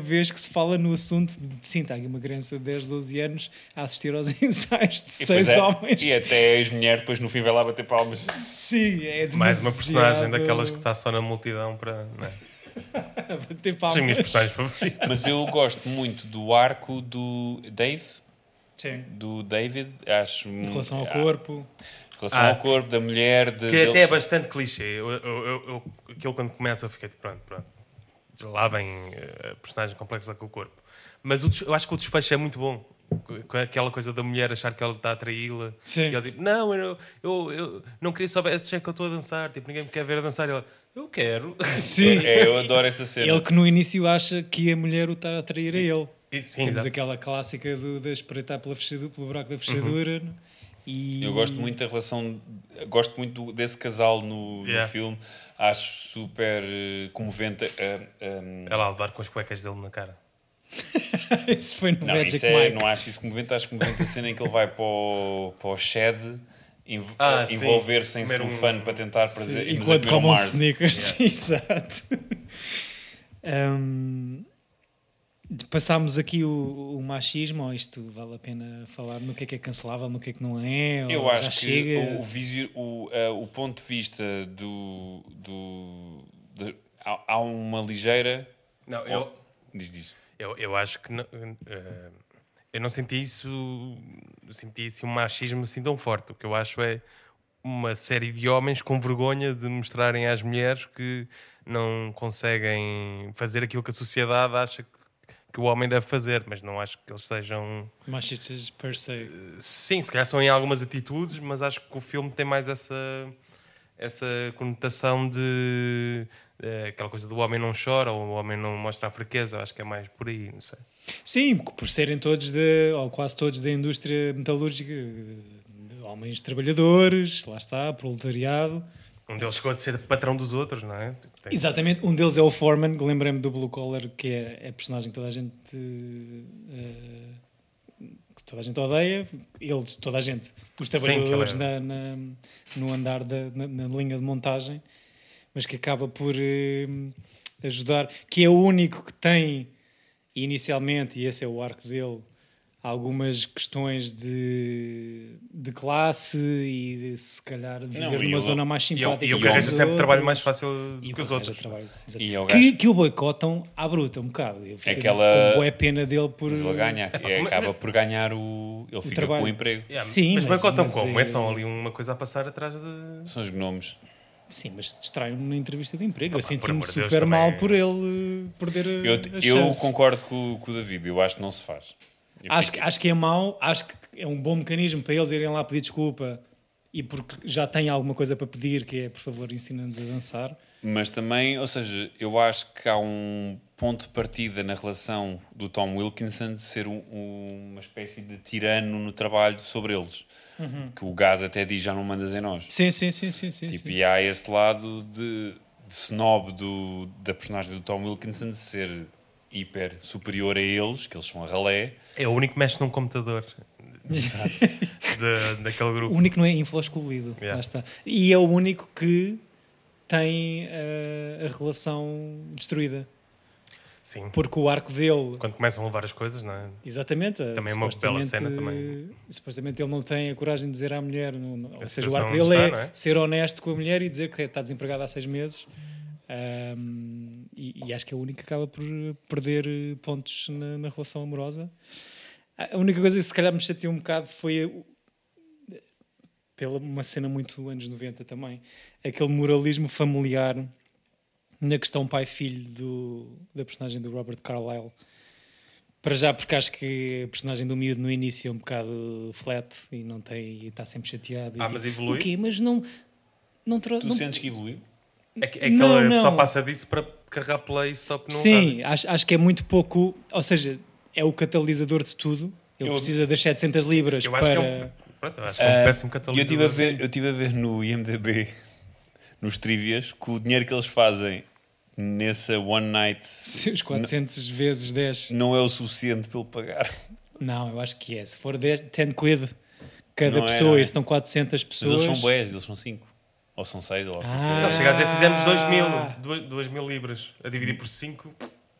S1: vez que se fala no assunto de sim, está aqui uma criança de 10, 12 anos a assistir aos ensaios de
S3: e
S1: seis
S3: depois é-
S1: homens.
S3: E até a ex-mulher depois no fim vai lá bater palmas.
S1: Sim, é demasiado...
S2: Mais uma personagem daquelas que está só na multidão para. Não.
S1: Bater palmas.
S2: São as minhas personagens favoritas.
S3: Mas eu gosto muito do arco do Dave,
S1: Sim.
S3: do David, acho... ah,
S1: Em relação ao corpo.
S3: Em relação
S2: Ah.
S3: ao corpo, da mulher, de,
S2: Que
S3: dele-
S2: até é bastante clichê. Eu, eu, eu- eu- aquilo quando começa eu fiquei tipo, pronto, pronto. Lá vem eh, a personagem complexa com o corpo. Mas o des- eu acho que o desfecho é muito bom. Com- Com aquela coisa da mulher achar que ela está a traí-la. E
S1: Sim.
S2: ela tipo, não, eu, eu, eu não queria saber se é que eu estou a dançar. Tipo, ninguém me quer ver a dançar. E ela, eu quero.
S1: Sim.
S3: É, eu adoro essa cena.
S1: Ele que no início acha que a mulher o está a atrair a ele.
S2: E, sim,
S1: Temos
S2: exato.
S1: aquela clássica do, de espreitar pela fechadura, pelo buraco da fechadura. né? E...
S3: Uhum. Eu gosto muito da relação, gosto muito do- desse casal no, no
S2: Yeah.
S3: filme. Acho super eh, comovente. eh, eh,
S2: Ela a levar com as cuecas dele na cara.
S1: isso foi no
S3: não,
S1: Magic
S3: isso é,
S1: Mike.
S3: não acho isso comovente, acho comovente a cena em que ele vai para o, para o shed env-
S2: Ah, sim.
S3: envolver-se em
S2: Comer um-
S3: celofane para tentar fazer e
S1: Enquanto
S3: comer um
S1: comam
S3: Mars.
S1: sneakers, exato. Hum, de- passámos aqui o, o machismo, ou isto vale a pena falar no que é que é cancelável, no que é que não é? ou
S3: Eu
S1: já
S3: acho que
S1: chega.
S3: o, visio- o, eh, o ponto de vista do. do de- há, há uma ligeira. oh,
S2: Não, eu,
S3: Diz, diz.
S2: Eu, eu acho que não, eh, eu não senti isso, senti assim um machismo assim tão forte. O que eu acho é uma série de homens com vergonha de mostrarem às mulheres que não conseguem fazer aquilo que a sociedade acha que, que o homem deve fazer, mas não acho que eles sejam.
S1: Machistas per se.
S2: Sim, se calhar são em algumas atitudes, mas acho que o filme tem mais essa essa conotação de eh, aquela coisa do homem não chora ou o homem não mostra a fraqueza. Acho que é mais por aí, não sei.
S1: Sim, por serem todos, de, ou quase todos, da indústria metalúrgica, eh, homens trabalhadores, lá está, proletariado.
S2: Um deles chegou a ser patrão dos outros, não é? Tipo, tem-
S1: Exatamente, um deles é o Foreman, que lembrei-me do Blue Collar, que é é a personagem que toda a gente eh, que toda a gente odeia, eles, toda a gente, os
S2: que ele
S1: trabalhadores na-
S2: é-
S1: na- no andar da na, na linha de montagem, mas que acaba por eh, ajudar, que é o único que tem inicialmente, e esse é o arco dele, algumas questões de, de classe e de, se calhar de
S3: Não,
S1: viver
S3: e
S1: numa
S3: o-
S1: zona mais
S2: E eu,
S1: simpática.
S2: e eu
S1: que
S2: que arranja
S1: os
S2: sempre trabalho
S1: outros.
S2: mais fácil do
S1: E um
S2: que os
S1: o
S2: outros.
S1: gajo trabalha. Tá Exato.
S3: E é o
S1: que,
S3: gajo-
S1: que o boicotam à bruta um bocado. Eu fico
S3: Aquela-
S1: com boa pena dele por.
S3: Mas ele ganha, é, acaba por ganhar o. Ele fica
S1: trabalho.
S3: com o emprego.
S2: Yeah,
S1: Sim,
S2: mas
S1: mas-
S2: boicotam
S1: mas
S2: como?
S1: é-
S2: É só ali uma coisa a passar atrás de.
S3: São os gnomes.
S1: Sim, mas distraem-me na entrevista de
S3: Ah,
S1: emprego. eu
S2: por
S1: senti-me
S2: amor de Deus,
S1: super
S2: também-
S1: mal por ele eh, perder a,
S3: é- Eu,
S1: a
S3: eu
S1: chance.
S3: concordo com, com o David, eu acho que não se faz. Eu
S1: Acho, que-
S3: fico-
S1: acho que é mau, acho que é um bom mecanismo para eles irem lá pedir desculpa e porque já têm alguma coisa para pedir, que é por favor ensina-nos a dançar.
S3: Mas também, ou seja, eu acho que há um ponto de partida na relação do Tom Wilkinson de ser um- um- uma espécie de tirano no trabalho sobre eles. Que o gás até diz já não mandas em nós.
S1: Uhum. Sim, sim, sim, sim, sim.
S3: Tipo,
S1: sim.
S3: e há esse lado de, de snob do, da personagem do Tom Wilkinson de ser hiper superior a eles, que eles são a ralé.
S2: É o único que mexe num computador de- daquele
S1: O
S2: grupo.
S1: único não é infla excluído.
S2: Yeah.
S1: Lá está. E é o único que tem eh, a relação destruída.
S2: Sim.
S1: Porque o arco dele.
S2: Quando começam a levar as coisas, não é?
S1: Exatamente. eh,
S2: Também é uma bela
S1: supostamente- eh,
S2: cena também.
S1: Supostamente ele não tem a coragem de dizer à mulher, não- não- ou seja, o
S2: situação
S1: arco
S2: onde
S1: dele é,
S2: está, não é?
S1: ser honesto com a mulher e dizer que é, está desempregado há seis meses. Ahm, e, e acho que é o único que acaba por perder eh, pontos na, na relação amorosa. A a única coisa que se calhar me chateou um bocado foi o- pela uma cena muito anos 90 também, aquele moralismo familiar na questão pai-filho do- da personagem do Robert Carlyle. Para já, porque acho que a personagem do miúdo no início é um bocado flat e não tem e está sempre chateado. e
S2: Ah,
S1: diz,
S2: mas evolui?
S1: O quê? Mas não. Não trou-
S3: Tu
S1: não-
S3: sentes que evoluiu?
S2: É que, é que
S1: Não,
S2: ela
S1: não.
S2: só passa disso para carregar play e stop num rádio.
S1: Sim, acho, acho que é muito pouco. Ou seja, é o catalisador de tudo. Ele
S3: Eu-
S1: precisa das 700 libras
S2: Eu
S1: para.
S2: acho que é um, pronto, eu acho que é um
S3: Ah,
S2: péssimo
S3: Eu estive a
S2: catalisador.
S3: ver, eu tive a ver no IMDb, nos trivias, que o dinheiro que eles fazem nessa one night
S1: Os 400 vezes 10.
S3: não é o suficiente para ele pagar.
S1: Não, eu acho que é. Se for 10, 10 quid, cada
S3: Não é,
S1: pessoa,
S3: não é.
S1: e se estão 400
S3: Mas
S1: pessoas.
S3: eles são boés, eles são 5. Ou são 6, ou
S1: Ah.
S2: Não, chega a dizer, fizemos 2 mil, 2, mil libras a dividir por é 5.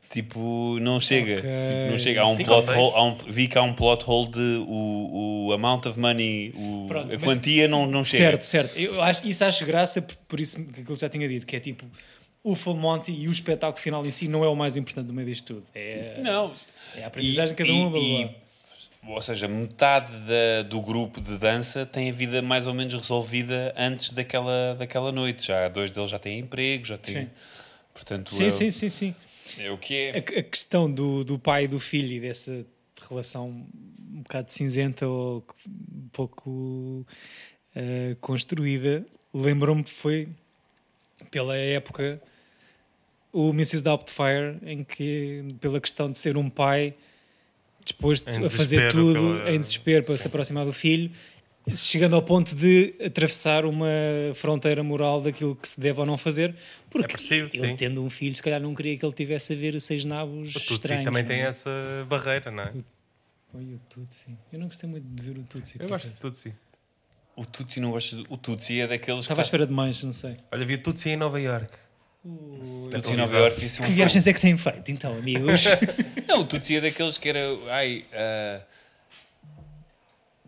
S3: Tipo, não chega.
S1: Ok.
S3: Tipo, não chega. Há um
S2: Cinco
S3: plot
S2: ou seis.
S3: hole, há um- vi que há um plot hole de o, o amount of money, o-
S1: Pronto,
S3: a
S1: mas-
S3: quantia não, não chega.
S1: Certo, certo. Eu acho, isso acho graça, por, por isso que aquilo já tinha dito, que é tipo o Full Monty e o espetáculo final em si não é o mais importante no meio disto tudo. É,
S3: Não.
S1: é a aprendizagem de cada um. blá, blá, blá.
S3: ou seja, metade da- do grupo de dança tem a vida mais ou menos resolvida antes daquela, daquela noite. Já dois deles já têm emprego, já têm.
S1: Sim.
S3: Portanto, é,
S1: sim,
S3: o-
S1: sim, sim, sim.
S3: é o que é.
S1: A, a questão do, do pai e do filho e dessa relação um bocado cinzenta ou um pouco eh, construída, lembrou-me que foi pela época o Mrs. Doubtfire, em que, pela questão de ser um pai disposto
S2: Em
S1: a fazer
S2: desespero
S1: tudo
S2: pela-
S1: em desespero para se aproximar do filho, chegando ao ponto de atravessar uma fronteira moral daquilo que se deve ou não fazer,
S2: É
S1: porque
S2: preciso,
S1: ele
S2: sim.
S1: tendo um filho, se calhar não queria que ele tivesse a ver seis nabos
S2: O Tutsi
S1: estranhos.
S2: também
S1: não
S2: tem
S1: é?
S2: essa barreira, não é?
S1: Oi, o Tutsi. Eu não gostei muito de ver o Tutsi.
S2: Eu gosto de Tutsi.
S3: O Tutsi não gosta de... O Tutsi é daqueles
S1: Estava à
S3: que. Tá...
S1: espera demais, não sei.
S2: Olha, vi o Tutsi em Nova York.
S3: Tutsi em Nova York isso é um
S1: Que
S3: filme.
S1: viagens é que têm feito, então, amigos?
S3: Não, o Tutsi é daqueles que era. Ai. ah,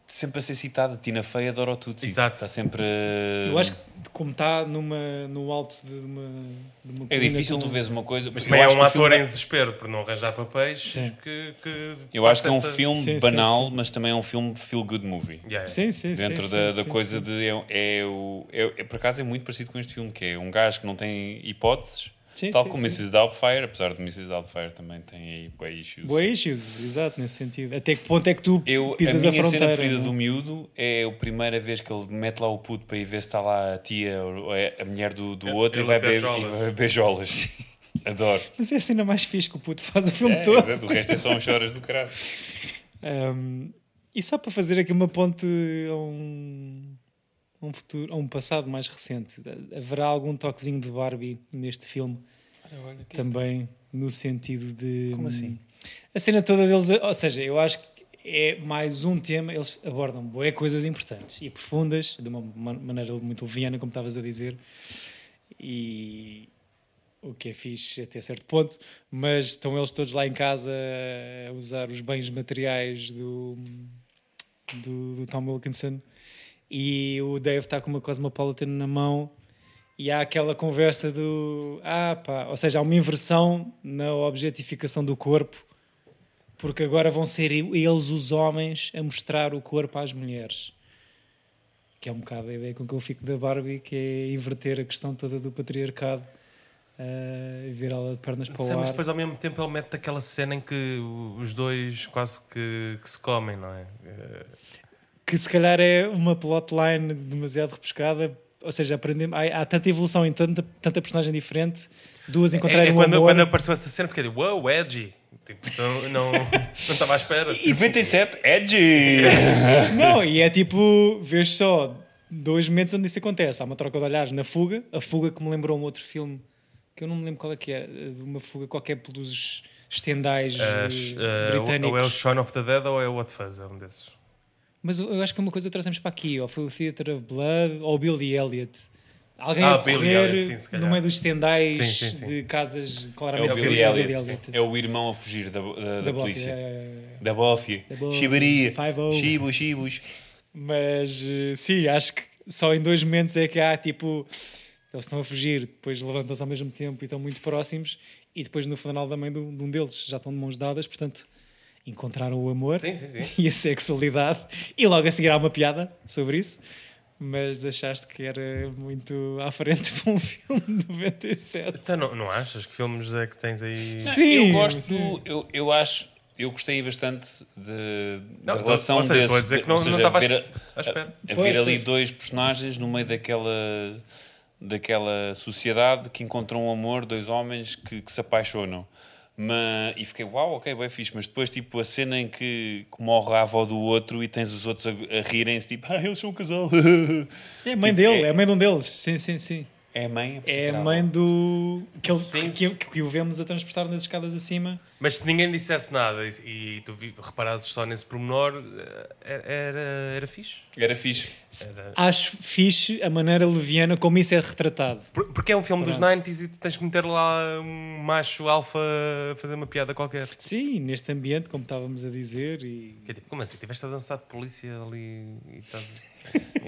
S3: sempre a ser citada. Tina Fey adora o Tutsi.
S2: Exato.
S3: Está sempre. ah,
S1: Eu acho que, como está numa, no alto de uma. De uma
S3: É
S1: colina
S3: difícil
S1: com-
S3: tu veres uma coisa. Mas
S2: Também
S3: eu
S2: é
S3: acho
S2: um
S3: que o
S2: ator
S3: filme-
S2: em desespero por não arranjar papéis.
S1: Sim.
S2: Que, que
S3: Eu acho que é um
S2: passa essa-
S3: filme
S1: Sim, sim,
S3: banal, mas também é um filme feel-good movie.
S2: Yeah.
S1: Sim, sim, sim.
S3: Dentro
S1: sim,
S3: da, da
S1: sim,
S3: coisa
S1: sim.
S3: de. É, é, o- é- é- por acaso é muito parecido com este filme, que é um gajo que não tem hipóteses,
S1: Sim,
S3: tal
S1: sim,
S3: como
S1: sim.
S3: Mrs. Doubtfire, apesar de Mrs. Doubtfire também tem aí bué issues.
S1: Boa issues, exato, nesse sentido. Até que ponto é que tu
S3: Eu, a
S1: pisas a,
S3: minha cena
S1: fronteira?
S3: preferida
S1: não é?
S3: do miúdo é a primeira vez que ele mete lá o puto para ir ver se está lá a tia, ou é a mulher do, do
S2: É,
S3: outro, e
S2: ele
S3: vai
S2: bebe-
S3: be- e vai beijolas. Adoro.
S1: Mas é a cena mais fixe que o puto faz o filme
S3: É,
S1: todo.
S3: exato, o resto é só umas horas do caralho.
S1: Um, e só para fazer aqui uma ponte a um, a um futuro, a um passado mais recente, haverá algum toquezinho de Barbie neste filme? Também no sentido de.
S3: Como assim?
S1: A cena toda deles, ou seja, eu acho que é mais um tema, eles abordam boé coisas importantes e profundas, de uma ma- maneira muito leviana, como estavas a dizer, e o que é fixe até certo ponto, mas estão eles todos lá em casa a usar os bens materiais do, do, do Tom Wilkinson e o Dave está com uma Cosmopolitan na mão e há aquela conversa do ah pá, ou seja, há uma inversão na objetificação do corpo porque agora vão ser eles os homens a mostrar o corpo às mulheres que é um bocado a ideia com que eu fico da Barbie que é inverter a questão toda do patriarcado ah, e virá-la de pernas para
S2: Sim,
S1: o
S2: mas
S1: ar
S2: depois ao mesmo tempo ele mete aquela cena em que o- os dois quase que, que se comem, não é? Eh,
S1: que se calhar é uma plotline demasiado repescada. Ou seja, aprendemos, há, há tanta evolução em tanta, tanta personagem diferente, duas
S2: É,
S1: encontrarem
S2: é
S1: um
S2: quando,
S1: amor.
S2: quando apareceu essa cena, fiquei tipo, wow, edgy. Tipo, não, não, não estava à espera. tipo,
S3: 97, Edgy!
S1: Não, e é tipo, vês só dois momentos onde isso acontece. Há uma troca de olhares na fuga, a fuga que me lembrou um outro filme que eu não me lembro qual é que é, de uma fuga qualquer pelos estendais eh,
S2: Eh, eh,
S1: britânicos.
S2: ou é o Shaun of the Dead ou é o What Fuzz, é um desses.
S1: Mas eu eu acho que foi uma coisa que trouxemos para aqui, ou foi o Theatre of Blood, ou o Billy Elliot. Alguém
S2: Ah,
S1: a
S2: o Billy
S1: correr
S2: Elliot, sim, se calhar.
S1: no meio dos estendais
S2: Sim, sim, sim.
S1: de casas
S3: É o
S1: claramente
S3: Billy
S1: É o
S3: Elliot. É o irmão a fugir da, da, da
S1: Da
S3: polícia.
S1: Bófia, é, é, é.
S3: Da bófia.
S1: Da bófia.
S3: Chibaria.
S1: Five O.
S3: Chibos, chibos.
S1: Mas eh, sim, acho que só em dois momentos é que há tipo. Eles estão a fugir, depois levantam-se ao mesmo tempo e estão muito próximos, e depois no final da mãe de um de um deles já estão de mãos dadas, portanto encontraram o amor.
S2: Sim, sim, sim.
S1: e a sexualidade, e logo a seguir há uma piada sobre isso, mas achaste que era muito à frente para um filme de 97.
S2: Então não, não achas que filmes é que tens aí.
S1: Sim,
S3: eu gosto
S1: sim.
S3: do. Eu, eu acho. Eu gostei bastante de,
S2: Não,
S3: da relação
S2: ou seja, estou
S3: desse.
S2: a dizer que
S3: ou
S2: não-
S3: seja,
S2: não estava à
S3: ver,
S2: esp- à espera.
S3: a- a
S1: Pois,
S3: ver ali
S1: pois.
S3: dois personagens no meio daquela daquela sociedade que encontram um amor, dois homens que, que se apaixonam. Mas, e fiquei, uau, ok, bem fixe. Mas depois, tipo, a cena em que, que morre a avó do outro e tens os outros a, a rirem-se, tipo, ah, eles são um casal.
S1: É a mãe
S3: Tipo,
S1: dele,
S3: é-
S1: é a mãe de um deles. Sim, sim, sim.
S3: É a mãe?
S1: É a mãe do. Que, ele-
S2: Sim,
S1: que,
S2: sim.
S1: que, que o vemos a transportar nas escadas acima.
S2: Mas se ninguém dissesse nada e, e tu vi, reparasses só nesse pormenor, eh, era, era, era fixe.
S3: Era fixe.
S1: Acho fixe a maneira leviana como isso é retratado.
S2: Por- Porque é um filme dos 90s e tu tens que meter lá um macho alfa a fazer uma piada qualquer.
S1: Sim, neste ambiente, como estávamos a dizer, e
S2: Que é tipo, como assim? Tiveste a dançar de polícia ali e estás.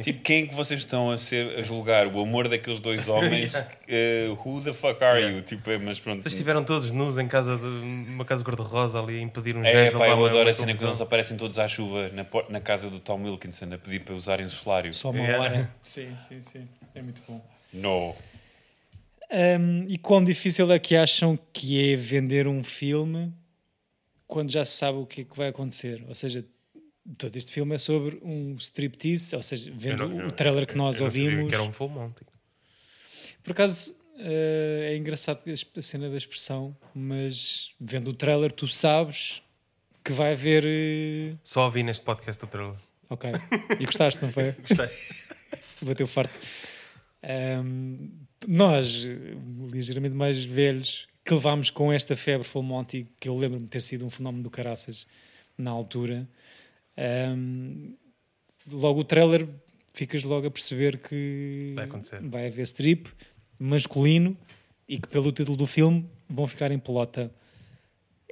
S3: Tipo, quem é que vocês estão a, ser, a julgar? O amor daqueles dois homens? Eh, who the fuck are you? Tipo, é, mas pronto.
S2: Vocês estiveram todos nus em casa de uma casa cor-de-rosa ali a impedir uns
S3: É,
S2: gajos de
S3: pá,
S2: levar
S3: eu
S2: uma-
S3: adoro
S2: uma
S3: a cena que eles
S2: televisão.
S3: aparecem todos à chuva na, por- na casa do Tom Wilkinson a pedir para usarem o solário.
S1: só uma
S2: Yeah.
S1: hora. Sim, sim, sim. É muito bom.
S3: No.
S1: Hum, e quão difícil é que acham que é vender um filme quando já se sabe o que é que vai acontecer? Ou seja, todo este filme é sobre um striptease, ou seja, vendo
S2: Eu não- eu-
S1: o trailer que nós
S2: eu não sabia
S1: ouvimos.
S2: Que era um full monty.
S1: Por acaso eh, é engraçado que a exp- a cena da expressão, mas vendo o trailer tu sabes que vai haver. eh,
S2: Só ouvi neste podcast o trailer.
S1: Ok. E gostaste, não foi? Gostei. Bateu forte. Ahm, nós, eh, ligeiramente mais velhos, que levámos com esta febre Full Monty, que eu lembro-me ter sido um fenómeno do caraças na altura, ahm, logo o trailer ficas logo a perceber que
S2: Vai acontecer.
S1: vai haver strip masculino e que pelo título do filme vão ficar em pelota.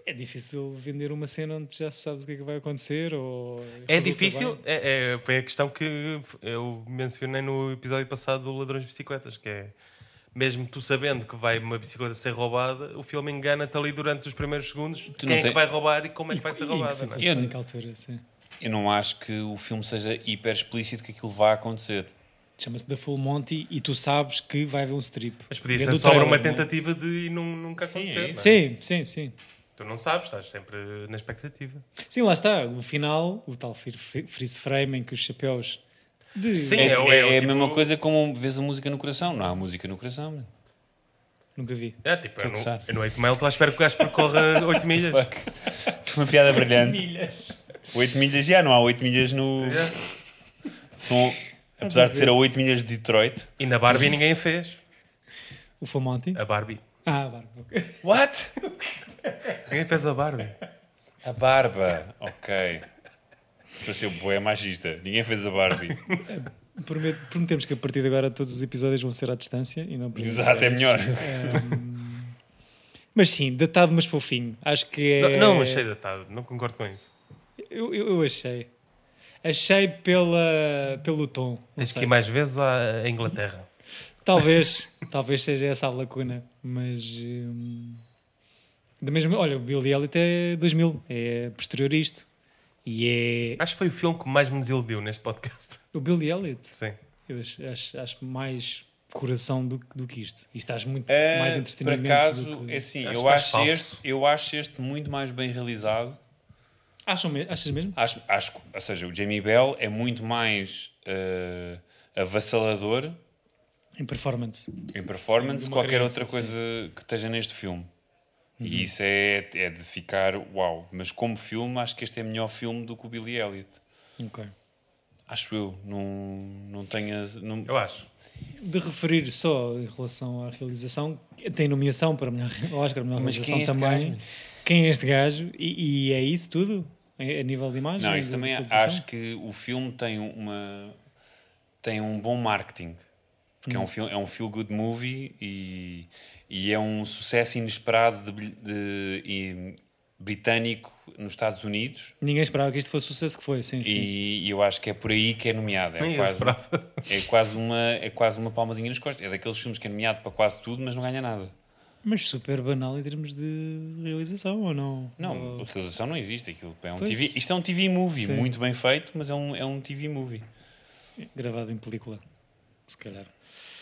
S1: É difícil vender uma cena onde já sabes o que é que vai acontecer ou
S2: É
S1: resulta
S2: difícil,
S1: bem?
S2: é, é- foi a questão que eu mencionei no episódio passado do Ladrões de Bicicletas, que é mesmo tu sabendo que vai uma bicicleta ser roubada, o filme engana-te ali durante os primeiros segundos
S3: não
S2: quem é
S3: tem-
S2: que vai roubar e como é que vai ser
S1: E que
S2: roubada. não é?
S1: situação naquela altura, sim.
S3: Eu não acho que o filme seja hiper explícito que aquilo vá acontecer.
S1: Chama-se The Full Monty e tu sabes que vai haver um strip.
S2: Mas podia
S1: Vendo
S2: ser
S1: o
S2: só
S1: trailer,
S2: uma
S1: não é?
S2: tentativa de e nun- nunca acontecer. não é?
S1: Sim, sim, sim.
S2: Tu não sabes, estás sempre na expectativa.
S1: Sim, lá está. O final, o tal fir- fir- freeze frame em que os chapéus. De...
S2: Sim,
S3: É,
S2: é, o-
S3: é
S2: é o
S3: a
S2: tipo-
S3: mesma coisa como vês a música no coração. Não há música no coração. mano.
S1: Nunca vi.
S2: É tipo, eu
S3: gozar.
S2: no, eu no 8 Mile lá espero que o gajo percorra 8 milhas.
S3: Uma piada brilhante. 8 milhas, já não há 8 milhas no.
S2: Yeah.
S3: São, apesar de ser a 8 milhas de Detroit.
S2: E na Barbie ninguém a fez.
S1: O Full Monty?
S2: A Barbie.
S1: Ah, barba. ok.
S3: What?
S2: Ninguém fez a Barbie.
S3: A barba. Ok. Pareceu boé magista. Ninguém fez a Barbie.
S1: Promet- Prometemos que a partir de agora todos os episódios vão ser à distância e não presenciais.
S3: Exato, é melhor.
S1: Mas sim, datado, mas fofinho. Acho que é.
S2: Não, não achei datado, tá- não concordo com isso.
S1: Eu, eu, eu achei. Achei pela, pelo tom. não
S2: Tens que
S1: sei.
S2: ir mais vezes à à Inglaterra.
S1: Talvez, talvez seja essa a lacuna, mas hum, da mesma, olha, o Billy Elliot é 2000, é posterior a isto. E é
S2: Acho que foi o filme que mais me desiludiu neste podcast.
S1: o Billy Elliot,
S2: Sim.
S1: eu acho, acho, acho mais coração do, que- do que isto. E estás muito
S3: Ah,
S1: mais
S3: por
S1: entretenimento.
S3: acaso,
S1: do que-
S3: é assim,
S2: Acho
S3: eu
S2: mais
S3: acho,
S2: falso.
S3: este, eu acho este muito mais bem realizado.
S1: Acham me- achas mesmo?
S3: Acho, acho, que- ou seja, o Jamie Bell é muito mais eh, avassalador
S1: Em performance.
S3: em performance
S1: Sim, Uhum. de uma
S3: qualquer
S1: criança,
S3: outra coisa que esteja neste filme. E isso é, é de ficar uau. Mas como filme, acho que este é melhor filme do que o Billy Elliot.
S1: Ok.
S3: Acho eu. Não, não tenho. a- Não,
S2: Eu acho.
S1: De referir só em relação à realização, tem nomeação para melhor Oscar, melhor
S3: Mas
S1: realização
S3: quem é este
S1: também.
S3: gajo?
S1: Quem é este gajo? E, e é isso tudo? A a nível de imagem?
S3: não, isso
S1: de-
S3: também é,
S1: de produção?
S3: acho que o filme tem uma tem um bom marketing. Porque é
S1: Uhum.
S3: um filme, é um feel good movie e, e é um sucesso inesperado de bil- de- e- britânico nos Estados Unidos.
S1: Ninguém esperava que isto fosse o sucesso que foi, sim, sim.
S3: E eu acho que é por aí que é nomeado.
S2: Nem
S3: É
S2: eu
S3: quase,
S2: esperava.
S3: é, quase uma, é quase uma palmadinha nas costas. É daqueles filmes que é nomeado para quase tudo, mas não ganha nada.
S1: Mas super banal em termos de realização, ou não?
S3: Não, a realização não existe. Aquilo é um
S1: Hum. Pois.
S3: TV, isto é um TV movie,
S1: Sim.
S3: muito bem feito, mas é um, é um TV movie.
S1: Ou Gravado em película, se calhar.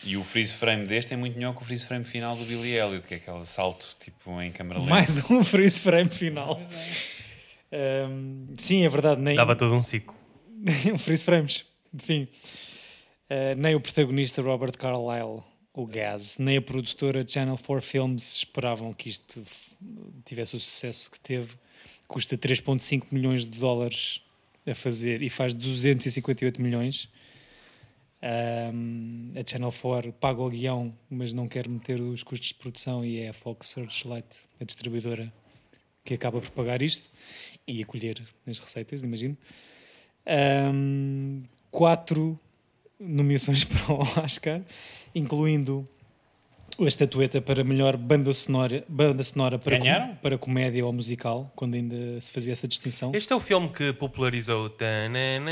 S3: E o freeze frame deste é muito melhor que o freeze frame final do Billy Elliot, que é aquele salto tipo em câmera lenta.
S1: Mais um freeze frame final. Ahm, sim, é verdade, nem
S2: Dava todo um ciclo.
S1: um freeze frames, enfim. Ah, nem o protagonista Robert Carlyle, o Gaz, nem a produtora Channel 4 Films esperavam que isto f- tivesse o sucesso que teve. Custa 3,5 milhões de dólares a fazer e faz 258 milhões. Ahm, a Channel 4 paga o guião, mas não quer meter os custos de produção e é a Fox Searchlight, a distribuidora, que acaba por pagar isto e acolher as receitas, imagino. Ahm, quatro nomeações para o Oscar, incluindo a estatueta para melhor banda sonora, banda sonora para, com-
S3: Ganharam?
S1: para comédia ou musical, quando ainda se fazia essa distinção.
S2: Este é o filme que popularizou. o tananana.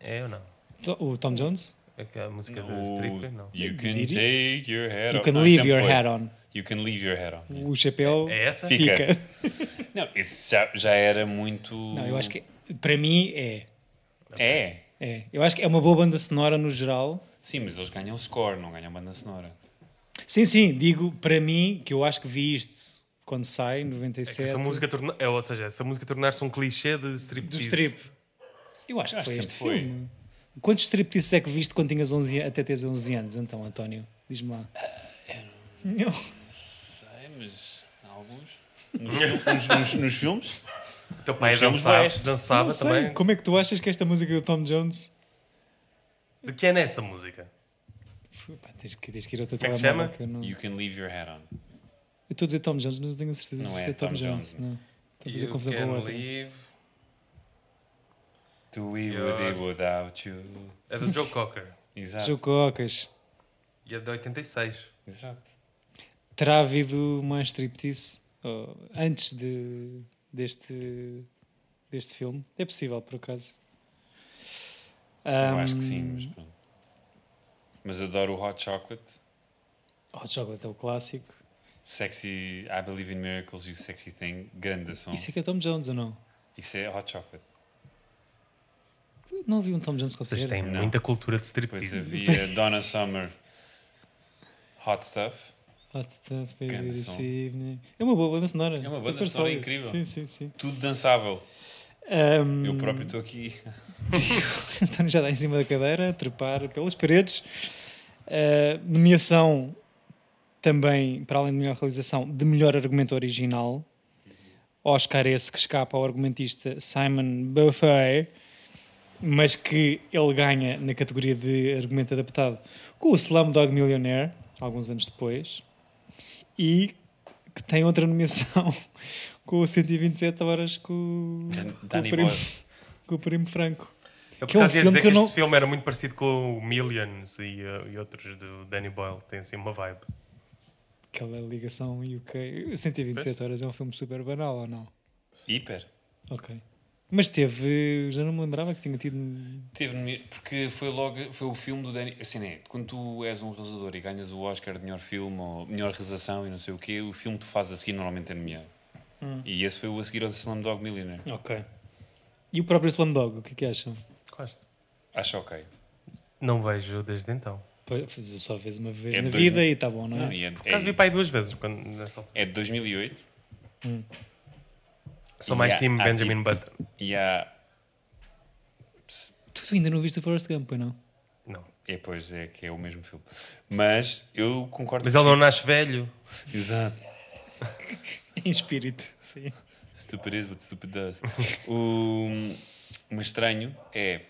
S2: É ou não?
S1: To- O Tom Jones?
S2: Aquela música da
S3: O
S2: stripper? Não.
S3: You can
S1: Did he?
S3: take your head
S1: You
S3: off.
S1: can
S3: Não,
S1: leave
S3: sempre
S1: your Hum.
S3: foi.
S1: hat on.
S3: You can leave your head on.
S1: O chapéu
S2: É essa?
S3: Fica.
S1: fica.
S3: Não, esse já, já era muito.
S1: Não, eu acho que para mim é.
S3: É.
S1: é. Eu acho que é uma boa banda sonora no geral.
S3: Sim, mas eles ganham score, não ganham banda sonora.
S1: Sim, sim, digo para mim que eu acho que vi isto quando sai, em
S2: É
S1: 97.
S2: que essa música torna... é, ou seja, essa música tornar-se um clichê de strip
S1: do strip. Eu acho que
S3: Acho
S1: foi
S3: que
S1: este
S3: sempre foi.
S1: filme. Quantos stripteases é que viste quando tinhas 11, até teres 11 anos, então, António? Diz-me lá. Não.
S3: Sei, É, mas há alguns. Nos, nos- nos- nos filmes?
S2: Teu Então, pai
S3: Os filmes
S2: dançava,
S3: bués.
S2: dançava
S1: Não sei.
S2: também.
S1: Como é que tu achas que esta música do Tom Jones...
S2: De quem é essa música?
S1: Pá, tens, que, tens que ir ao teu
S2: Como é que se
S1: telemóvel,
S2: chama?
S1: que eu não-
S3: You can leave your head on.
S1: Eu estou a dizer Tom Jones, mas não tenho a certeza
S3: Não
S1: se
S3: é
S1: é, Tom,
S3: Tom
S1: Jones.
S3: Jones.
S1: Não. Estou a fazer
S2: You
S1: confusão com
S2: can
S1: o outro.
S2: leave.
S3: Do we
S2: Your-
S3: would it without you.
S2: É do Joe Cocker.
S3: Exato.
S1: Joe Cocas.
S2: E é de 86.
S3: Exato.
S1: terá havido mais striptease oh, antes de, deste, deste filme? É possível, por acaso.
S3: Eu acho
S1: Ahm,
S3: que sim, mas pronto. Mas adoro o Hot Chocolate.
S1: Hot Chocolate é o clássico.
S3: Sexy, I Believe in Miracles e o Sexy Thing, grande som.
S1: Isso é que é Tom Jones ou não?
S3: Isso é Hot Chocolate.
S1: Não vi um Tom Jones
S2: Vocês
S1: qualquer.
S2: têm
S3: Não.
S2: muita cultura de
S3: Depois
S2: striptease.
S3: havia Donna Summer, Hot Stuff.
S1: Hot Stuff, Baby
S3: Grande
S1: This
S3: som.
S1: Evening. É uma boa banda sonora.
S3: uma
S1: Eu
S3: banda
S1: quero só
S3: sonora
S1: ir.
S3: incrível.
S1: Sim, sim, sim.
S3: Tudo dançável.
S1: Ahm,
S3: Eu próprio estou aqui.
S1: António já está em cima da cadeira, a trepar pelas paredes. Uh, nomeação também, para além de melhor realização, de melhor argumento original. Oscar esse que escapa ao argumentista Simon Buffet, mas que ele ganha na categoria de argumento adaptado com o Slumdog Millionaire, alguns anos depois. E que tem outra nomeação com o 127 horas com, com, o,
S3: Danny
S1: primo,
S3: Boy.
S1: com o primo Franco.
S2: Eu
S1: que é um
S2: por acaso ia
S1: filme
S2: dizer
S1: que eu
S2: que
S1: não-
S2: este filme era muito parecido com o Millions e, uh, e outros do Danny Boyle. Tem assim uma vibe.
S1: Aquela ligação UK. 127 horas é um filme super banal ou não?
S3: Hiper.
S1: Ok. Mas teve. Já não me lembrava que tinha tido. um-
S3: Teve no- porque foi logo foi o filme do Danny. Assim, é, quando tu és um realizador e ganhas o Oscar de melhor filme ou melhor realização e não sei o quê, o filme que tu fazes a seguir normalmente é nomeado.
S2: Hum.
S3: E esse foi o a seguir ao Slumdog Millionaire.
S1: Ok. E o próprio Slumdog, o que é que acham?
S2: Gosto.
S3: Acho ok.
S2: Hum. Não vejo desde então.
S1: Pois, fiz- Só vez uma vez
S3: É
S1: na
S3: dois
S1: vida
S3: mil-
S1: e está bom, não é?
S3: Não, e é,
S2: Por acaso vi
S3: é,
S2: pai duas vezes quando, nessa altura.
S3: é de 2008
S2: Sou mais
S3: há-
S2: time
S3: há
S2: Benjamin
S3: tipo-
S2: Button.
S3: e há.
S1: Tu ainda não viste o Forrest Gump, pois não?
S2: Não.
S3: É, pois é que é o mesmo filme. Mas eu concordo.
S2: Mas
S3: com
S2: ele não
S3: o
S2: nasce velho.
S3: filme. Exato.
S1: Em espírito, sim.
S3: Stupid is what stupid does. o, mas estranho é.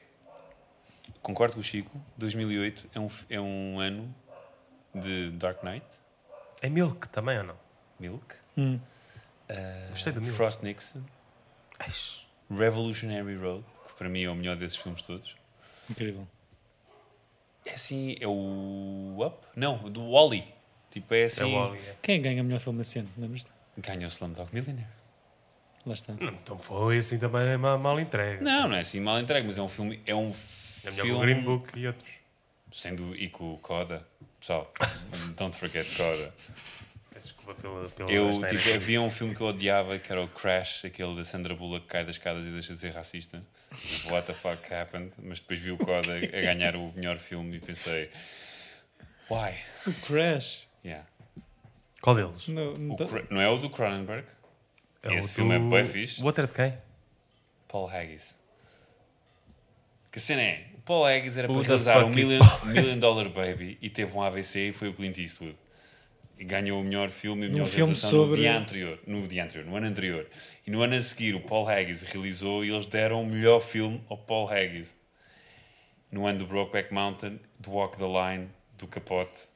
S3: Concordo com o Chico, 2008 é um, f- é um ano de Dark Knight,
S2: É Milk também ou não? É
S3: Milk, Ah,
S2: Gostei do Milk.
S3: Frost Nixon, Revolutionary Road, que para mim é o melhor desses filmes todos.
S1: Incrível.
S3: É assim, é o Up? Não, do Wally. Tipo, é assim.
S2: É o óbvio. é.
S1: Quem ganha o melhor filme da cena? Lembras-te?
S3: Ganha o Slumdog Millionaire.
S1: Lá está.
S2: Não, Então foi assim também é ma- mal entregue.
S3: Não, não é assim mal entregue, mas é um filme. É um
S2: É melhor que o Green
S3: filme.
S2: Book e outros.
S3: Sem dúvida, e com o Coda. Pessoal, don't forget Coda.
S2: Peço desculpa pela. pela
S3: Eu,
S2: asneira.
S3: tipo, havia um filme que eu odiava que era o Crash, aquele da Sandra Bullock que cai das escadas e deixa de ser racista. Tipo, What the fuck happened? Mas depois vi o Coda a ganhar o melhor filme e pensei, why?
S1: O Crash.
S3: Yeah.
S2: Qual deles?
S1: Não, não
S3: O
S1: tá-
S3: Cra- Não é o do Cronenberg?
S2: o
S3: Esse filme é
S2: do-
S3: bué fixe.
S2: O outro é de quem?
S3: Paul Haggis. Que cena é? O Paul Haggis era
S2: Who
S3: para
S2: the
S3: realizar o
S2: fuck is
S3: million, um million Dollar Baby e teve um AVC e foi o Clint Eastwood. E ganhou o melhor filme e a melhor
S1: Um filme
S3: realização
S1: sobre-
S3: no, dia anterior, no dia anterior, no ano anterior. E no ano a seguir o Paul Haggis realizou e eles deram o melhor filme ao Paul Haggis. no ano do Brokeback Mountain, do Walk the Line, do Capote.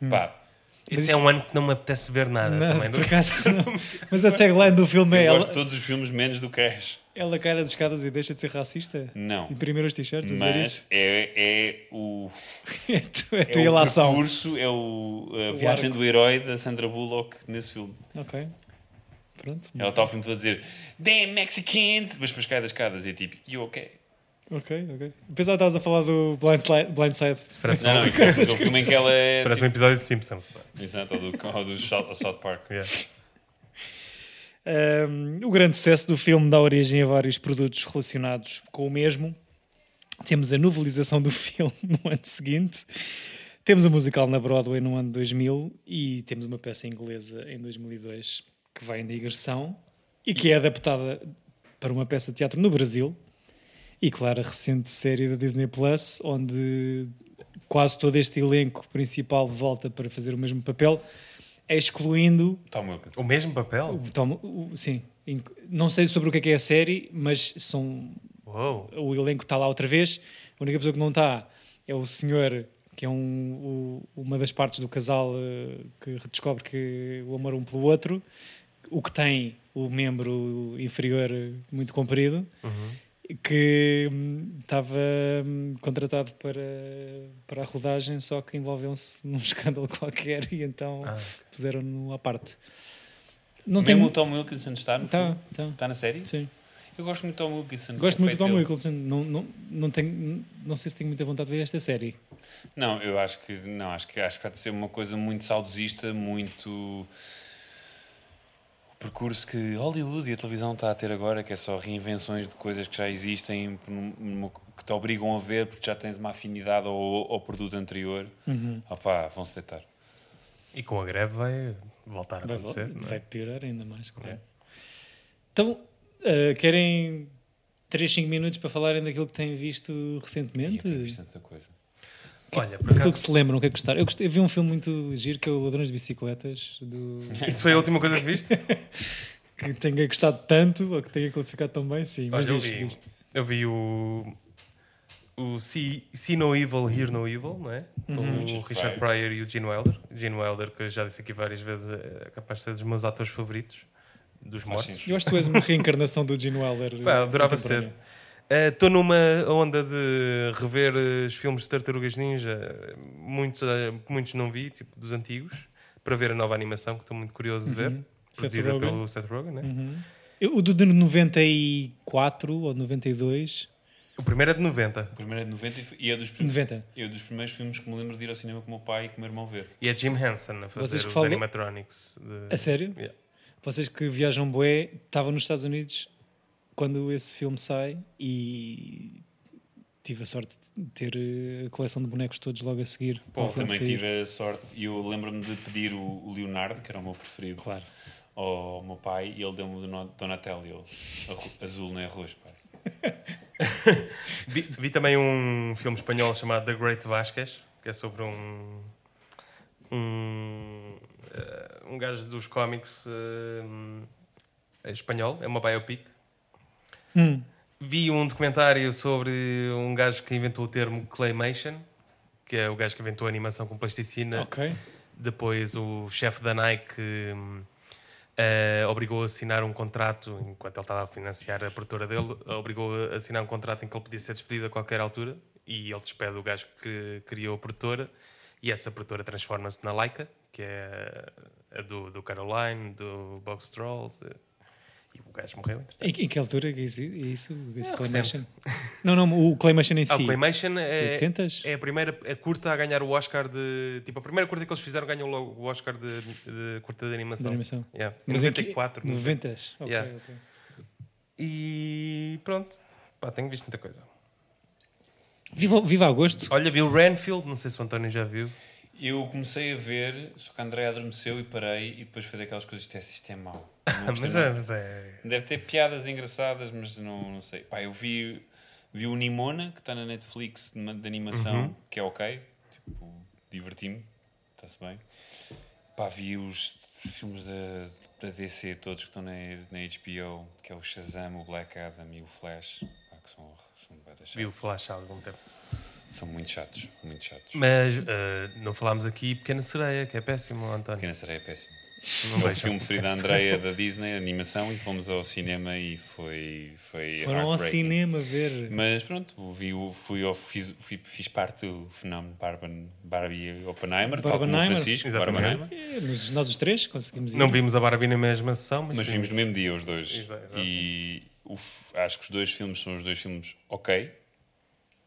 S1: Hum.
S3: Pá,
S2: Esse é um ano que não me apetece ver nada também. é?
S1: Não, por
S2: Do...
S1: acaso não. Mas a tagline do filme é
S3: eu
S1: ela,
S3: gosto de todos os filmes menos do Crash.
S1: ela cai nas escadas e deixa de ser racista?
S3: Não.
S1: Imprimir os t-shirts a dizer
S3: Mas
S1: isso?
S3: é, é o,
S1: É tu, é
S3: é
S1: tu
S3: o
S1: ilação.
S3: percurso, é o, a viagem
S1: arco.
S3: do herói da Sandra Bullock nesse filme.
S1: Ok. Pronto.
S3: Ela está ao filme todo a dizer Damn Mexicans! Mas depois cai das escadas e é tipo, you okay?
S1: Ok, ok. Apesar de estavas a falar do Blind, Sli- Blind Side.
S2: Isso parece, um
S3: Não, não, isso é depois é o filme em que ela é.
S2: parece um episódio de Simpsons. pá.
S3: tipo, Exato, ou do, ou do South South Park.
S2: Yeah.
S1: Um, o grande sucesso do filme dá origem a vários produtos relacionados com o mesmo. Temos a novelização do filme no ano seguinte, temos a musical na Broadway no ano 2000 e temos uma peça inglesa em 2002 que vai em digressão e que é adaptada para uma peça de teatro no Brasil. E claro, a recente série da Disney Plus, onde quase todo este elenco principal volta para fazer o mesmo papel, excluindo
S3: Tom Wilkins.
S2: O mesmo papel?
S1: o Tom- o- sim. In- Não sei sobre o que é, que é a série, mas são,
S2: Uou.
S1: o elenco está lá outra vez. A única pessoa que não está é o senhor, que é um- o- uma das partes do casal eh, que redescobre que o amor um pelo outro. O que tem o membro inferior eh, muito comprido, que hum, estava hum, contratado para, para a rodagem, só que envolveu-se num escândalo qualquer e então
S2: Ah.
S1: puseram-no à parte. Não
S3: Mesmo o
S1: tem.
S3: Tom Wilkinson está no
S1: Tá,
S3: filme?
S1: tá.
S3: Está na série?
S1: Sim.
S3: Eu gosto muito do Tom Wilkinson. É
S1: Gosto muito do Tom
S3: Confeito
S1: Wilkinson. Não, não, não, tenho, não sei se tenho muita vontade de ver esta série.
S3: dele. Não, eu acho que não, acho que acho que vai ser uma coisa muito saudosista, muito o percurso que Hollywood e a televisão está a ter agora, que é só reinvenções de coisas que já existem por um- numa- que te obrigam a ver porque já tens uma afinidade ao, ao produto anterior. Opá, vão-se deitar.
S2: E com a greve vai voltar a
S1: Vai, É.
S2: acontecer. não é?
S1: vai piorar ainda mais, claro. Então, ah, querem 3, 5 minutos para falarem daquilo que têm visto
S3: E eu
S1: recentemente?
S3: tenho visto tanta coisa.
S2: é? Olha, por
S1: Aquilo que
S2: acaso,
S1: se lembram, o que é que gostaram? Eu, gostei- eu vi um filme muito giro que é o Ladrões de Bicicletas, do,
S2: isso foi a última coisa que viste?
S1: que tenha gostado tanto ou que tenha classificado tão bem, sim. Mas
S2: Olha, eu,
S1: diz,
S2: vi,
S1: diz.
S2: eu vi o. O See, See No Evil, Hear No Evil, não é? O Richard Pryor e o Gene Wilder. Gene Wilder, que eu já disse aqui várias vezes, é capaz de ser dos meus atores favoritos, dos mortos.
S1: Eu acho que tu és uma reencarnação do Gene Wilder.
S2: Pá, adorava ser.
S1: contemporâneo.
S2: Estou numa onda de rever eh, os filmes de Tartarugas Ninja, muitos, eh, muitos não vi, tipo dos antigos, para ver a nova animação, que estou muito curioso de ver,
S1: Uhum. Seth
S2: produzida
S1: Rogen. Uhum.
S2: pelo Seth Rogen. Né?
S1: Eu- O do de 94 ou 92.
S2: O primeiro é de 90
S3: O primeiro é de 90 e f- e é dos, prim-
S1: 90.
S3: é dos primeiros filmes que me lembro de ir ao cinema com o meu pai e com o meu irmão ver.
S2: e é Jim Henson a fazer
S1: Vocês que
S2: os
S1: falam-
S2: animatronics. de-
S1: A sério?
S2: Yeah.
S1: Vocês que viajam bué, estavam nos Estados Unidos quando esse filme sai e tive a sorte de ter eh, a coleção de bonecos todos logo a seguir.
S3: Pô,
S1: ao filme
S3: também
S1: é sair.
S3: tive a sorte e eu lembro-me de pedir o, o Leonardo, que era o meu preferido,
S1: Claro.
S3: ao meu pai e ele deu-me o Dono- Donatello. e eu, "Arro- Azul não é arroz, pai.
S2: Vi, vi também um filme espanhol chamado The Great Vasquez, que é sobre um. um, eh, um gajo dos cómics eh, espanhol, é uma biopic. Vi um documentário sobre um gajo que inventou o termo Claymation, que é o gajo que inventou a animação com plasticina.
S1: Ok.
S2: Depois o chefe da Nike hum, eh, obrigou a assinar um contrato, enquanto ele estava a financiar a produtora dele, obrigou a assinar um contrato em que ele podia ser despedido a qualquer altura e ele despede o gajo que criou a produtora e essa produtora transforma-se na Laika, que é a do, do Caroline, do Box Trolls eh, e o gajo morreu. entretanto.
S1: Em, que- em que altura é que isso? É isso esse
S2: É
S1: Claymation?
S2: recente.
S1: Não, não, o Claymation em
S2: Ah,
S1: si.
S2: o Claymation é,
S1: 80s?
S2: é a primeira a curta a ganhar o Oscar de. Tipo, a primeira curta que eles fizeram ganhou logo o Oscar de, de curta de animação.
S1: De animação.
S2: Yeah. Em
S1: Mas em que-
S2: 94.
S1: 90. Ok,
S2: Yeah.
S1: ok.
S2: E pronto, pá, tenho visto muita coisa.
S1: Viva, viva agosto.
S2: Olha, vi o Renfield, não sei se o António já viu.
S3: Eu comecei a ver, só que a André adormeceu e parei e depois fez aquelas coisas, isto é, isto é mau. Não gostei
S2: mas,
S3: nada.
S2: é, mas é.
S3: Deve ter piadas engraçadas, mas não, não sei. Pá, eu vi, vi o Nimona, que está na Netflix, de, de animação,
S1: Uhum.
S3: que é ok. Tipo, diverti-me, está-se bem. Pá, vi os filmes da, da DC todos que estão na, na HBO, que é o Shazam, o Black Adam e o Flash. Pá, que são, são, bué da chatos.
S2: Vi o Flash há algum tempo.
S3: são muito chatos, muito
S1: Hum.
S3: chatos.
S2: Mas eh, não falámos aqui Pequena Sereia, que é péssimo, António.
S3: Pequena Sereia é péssimo. Não o filme preferido da Andreia da Disney, animação, e fomos ao cinema e foi. foi
S1: Foram ao
S3: heartbreaking.
S1: cinema ver.
S3: Mas pronto, vi, o- fui, ao- fiz, fui- fiz parte do fenómeno Barben, Barbie e Oppenheimer, tal como o
S1: Barbenheimer.
S3: Francisco,
S2: Exatamente.
S3: Barbenheimer.
S1: É, nos- Nós os três conseguimos ir.
S2: Não vimos a Barbie na mesma sessão, mas,
S3: Mas vimos no mesmo dia os dois.
S2: Exato, exato.
S3: E o f- acho que os dois filmes são os dois filmes ok,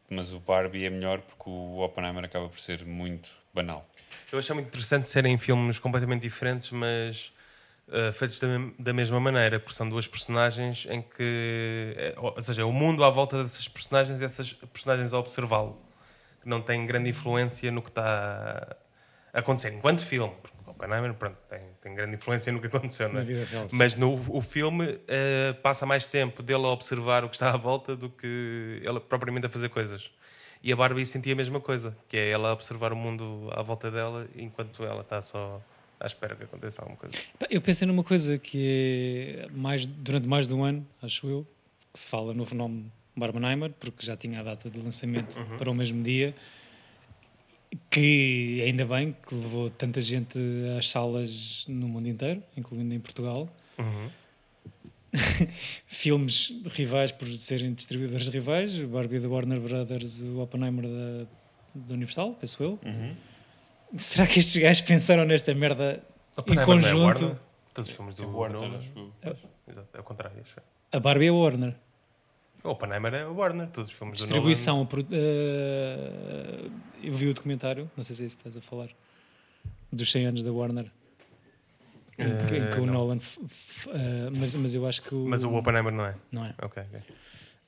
S3: mas o Barbie é melhor porque o Oppenheimer acaba por ser muito banal.
S2: Eu achei muito interessante serem filmes completamente diferentes, mas eh, feitos da, mem- da mesma maneira, porque são duas personagens em que. eh, ou ou seja, é o mundo à volta dessas personagens e essas personagens a observá-lo. que Não tem grande influência no que está a acontecer enquanto filme. Porque o Oppenheimer, pronto, tem, tem grande influência no que aconteceu, não é?
S1: Na vida real, sim.
S2: Mas no o filme eh, passa mais tempo dele a observar o que está à volta do que ele propriamente a fazer coisas. E a Barbie sentia a mesma coisa, que é ela observar o mundo à volta dela enquanto ela está só à espera que aconteça alguma coisa.
S1: Pá, Eu pensei numa coisa que é mais, durante mais de um ano, acho eu, que se fala no fenómeno Barbenheimer, porque já tinha a data de lançamento para o mesmo dia, que ainda bem que levou tanta gente às salas no mundo inteiro, incluindo em Portugal. Filmes rivais por serem distribuidores rivais, o Barbie da Warner Brothers, o Oppenheimer da, da Universal, penso eu. Será que estes gajos pensaram nesta merda em
S2: Oppenheimer não é
S1: conjunto? É
S2: Warner? Todos os filmes do
S3: Warner,
S2: Nolan.
S3: Então, acho eu.
S2: Pois, Exato, é o contrário. acho.
S1: A Barbie é Warner.
S2: O Oppenheimer é o Warner, todos os filmes do Nolan.
S1: Distribuição. pro- eh, eu vi o documentário, não sei se é esse que estás a falar, dos 100 anos da Warner. Em que, em que
S2: Eh,
S1: o
S2: não.
S1: Nolan. f- f- eh, mas, mas eu acho que o.
S2: Mas o Oppenheimer não é.
S1: Não é.
S2: Ok, ok.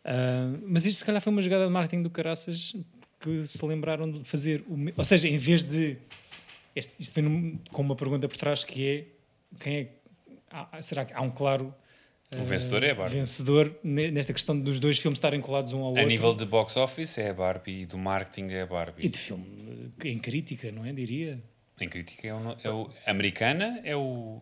S1: Ah, mas isto se calhar foi uma jogada de marketing do Caraças que se lembraram de fazer o me- Ou seja, em vez de. Este, isto vem num- com uma pergunta por trás que é quem é. há- será que há um claro eh,
S3: O vencedor é a Barbie.
S1: vencedor ne- nesta questão dos dois filmes estarem colados um ao
S3: A
S1: outro?
S3: nível de box office é a Barbie e do marketing é a Barbie.
S1: E de filme eh, em crítica, não é? Diria.
S3: Em crítica é o, no- é o americana é o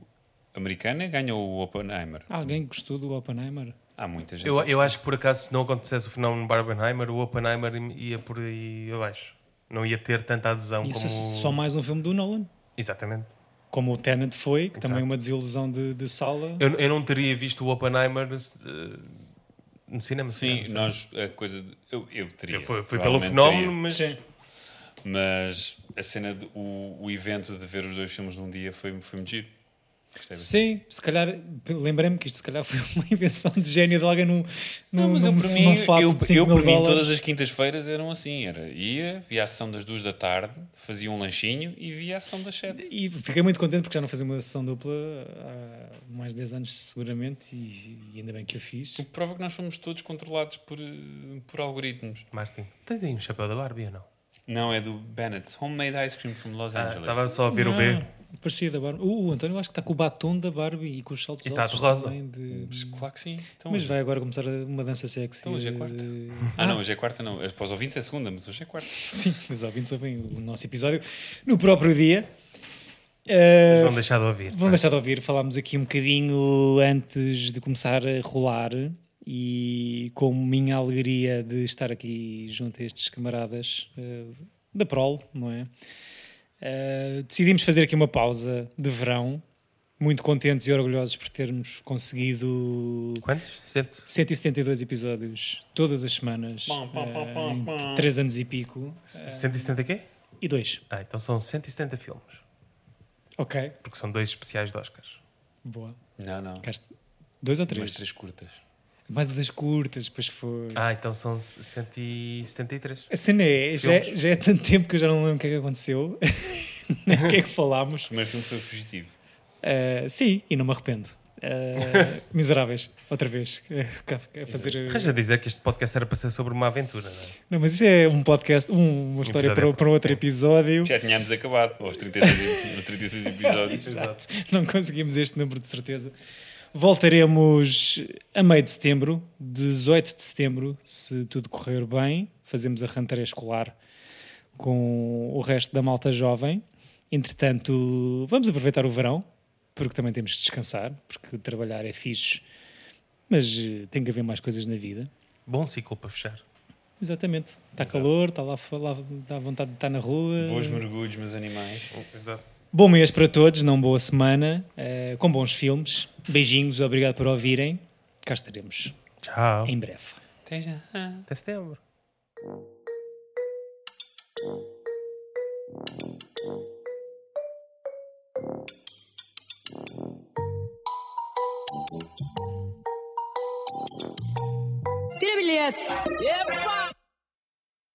S3: americana ganha o Oppenheimer.
S1: Há alguém que gostou do Oppenheimer?
S3: Há muita gente.
S2: Eu, eu acho que por acaso, se não acontecesse o fenómeno Barbenheimer, o Oppenheimer ia por aí abaixo. Não ia ter tanta adesão
S1: E isso
S2: como.
S1: é só mais um filme do Nolan.
S2: Exatamente.
S1: Como o Tenet foi, que também é
S2: Exato.
S1: uma desilusão de, de sala.
S2: Eu, eu não teria visto o Oppenheimer eh, no cinema.
S3: Sim,
S2: se calhar, não
S3: nós a coisa de- eu, eu
S2: sei.
S3: teria.
S2: Eu fui, fui pelo
S3: provavelmente
S2: fenómeno,
S3: teria.
S2: mas.
S1: Sim.
S3: mas a cena do o, o evento de ver os dois filmes num dia foi foi muito giro. Gostei bastante.
S1: Sim, se calhar, lembrei-me que isto se calhar foi uma invenção de gênio de alguém num, num,
S3: Não, mas eu,
S1: num
S3: para mim,
S1: sofá
S3: eu,
S1: de 5
S3: eu,
S1: mil
S3: para mim,
S1: dólares.
S3: todas as quintas-feiras eram assim. Era, ia, via a ação das duas da tarde, fazia um lanchinho e via a ação das sete.
S1: E fiquei muito contente porque já não fazia uma sessão dupla há mais de 10 anos, seguramente, e, e ainda bem que eu fiz.
S3: O que prova que nós somos todos controlados por, eh, por algoritmos.
S2: Martin, tens aí um chapéu da Barbie ou não?
S3: Não, é do Bennett. Homemade ice cream from Los
S2: Ah,
S3: Angeles.
S2: Estava só a ver o B.
S1: Ah, Parecia da Barbie. Uh, o António acho que está com o batom da Barbie e com os saltos
S2: E está de
S1: altos
S2: rosa.
S1: também de-
S3: Mas claro que sim. Então,
S1: Mas
S3: hoje-
S1: vai agora começar uma dança sexy.
S3: Então hoje é
S1: de-
S3: quarta.
S1: de-
S3: Ah, não, hoje é quarta, não. Para os ouvintes é segunda, mas hoje é quarta.
S1: Sim, os ouvintes ouvem o nosso episódio no próprio dia. Eh,
S2: Vão deixar de ouvir.
S1: Vão deixar de ouvir, falámos aqui um bocadinho antes de começar a rolar e com minha alegria de estar aqui junto a estes camaradas eh, da Prol, não é? Eh, decidimos fazer aqui uma pausa de verão, muito contentes e orgulhosos por termos conseguido
S2: Quantos? Sente?
S1: 172 episódios todas as semanas,
S3: Pam, pam, pam,
S1: eh,
S3: pam,
S1: em
S3: pam.
S1: 3 anos e pico,
S2: 170 quê?
S1: e dois.
S2: Ah, então são 170 filmes.
S1: Ok,
S2: Porque são dois especiais de Oscars.
S1: boa.
S3: Não, não.
S1: Cá está. Dois ou
S3: Umas
S1: três?
S3: três curtas.
S1: Mais duas curtas, depois foi.
S2: Ah, então são 173.
S1: A cena é, já,
S2: Filmes.
S1: já é tanto tempo que eu já não lembro o que é que aconteceu, nem o que é que falámos.
S3: O primeiro filme foi Fugitivo.
S1: Ah, sim, e não me arrependo. Ah, miseráveis, outra vez. Ah, a fazer, ah,
S2: Arranja dizer que este podcast era para ser sobre uma aventura, não é?
S1: Não, mas isso é um podcast, um- uma história
S2: episódio
S1: para,
S2: é-
S1: para outro
S2: sim.
S1: episódio.
S3: Já tínhamos acabado aos 36, aos 36 episódios.
S1: Exato. Não conseguimos este número de certeza. Voltaremos a meio de setembro, 18 de setembro, se tudo correr bem. Fazemos a rantaria escolar com o resto da malta jovem. Entretanto, vamos aproveitar o verão, porque também temos que descansar, porque trabalhar é fixe, mas eh, tem que haver mais coisas na vida.
S2: Bom ciclo para fechar.
S1: Exatamente. Está calor, está lá, lá, dá vontade de estar na rua.
S3: Bons mergulhos, meus animais.
S2: Exato.
S1: Bom mês para todos, não boa semana, eh, com bons filmes. Beijinhos, obrigado por ouvirem. Cá estaremos
S2: Tchau.
S1: em breve.
S3: Até já.
S2: Até setembro.
S10: Tira bilhete. Epa!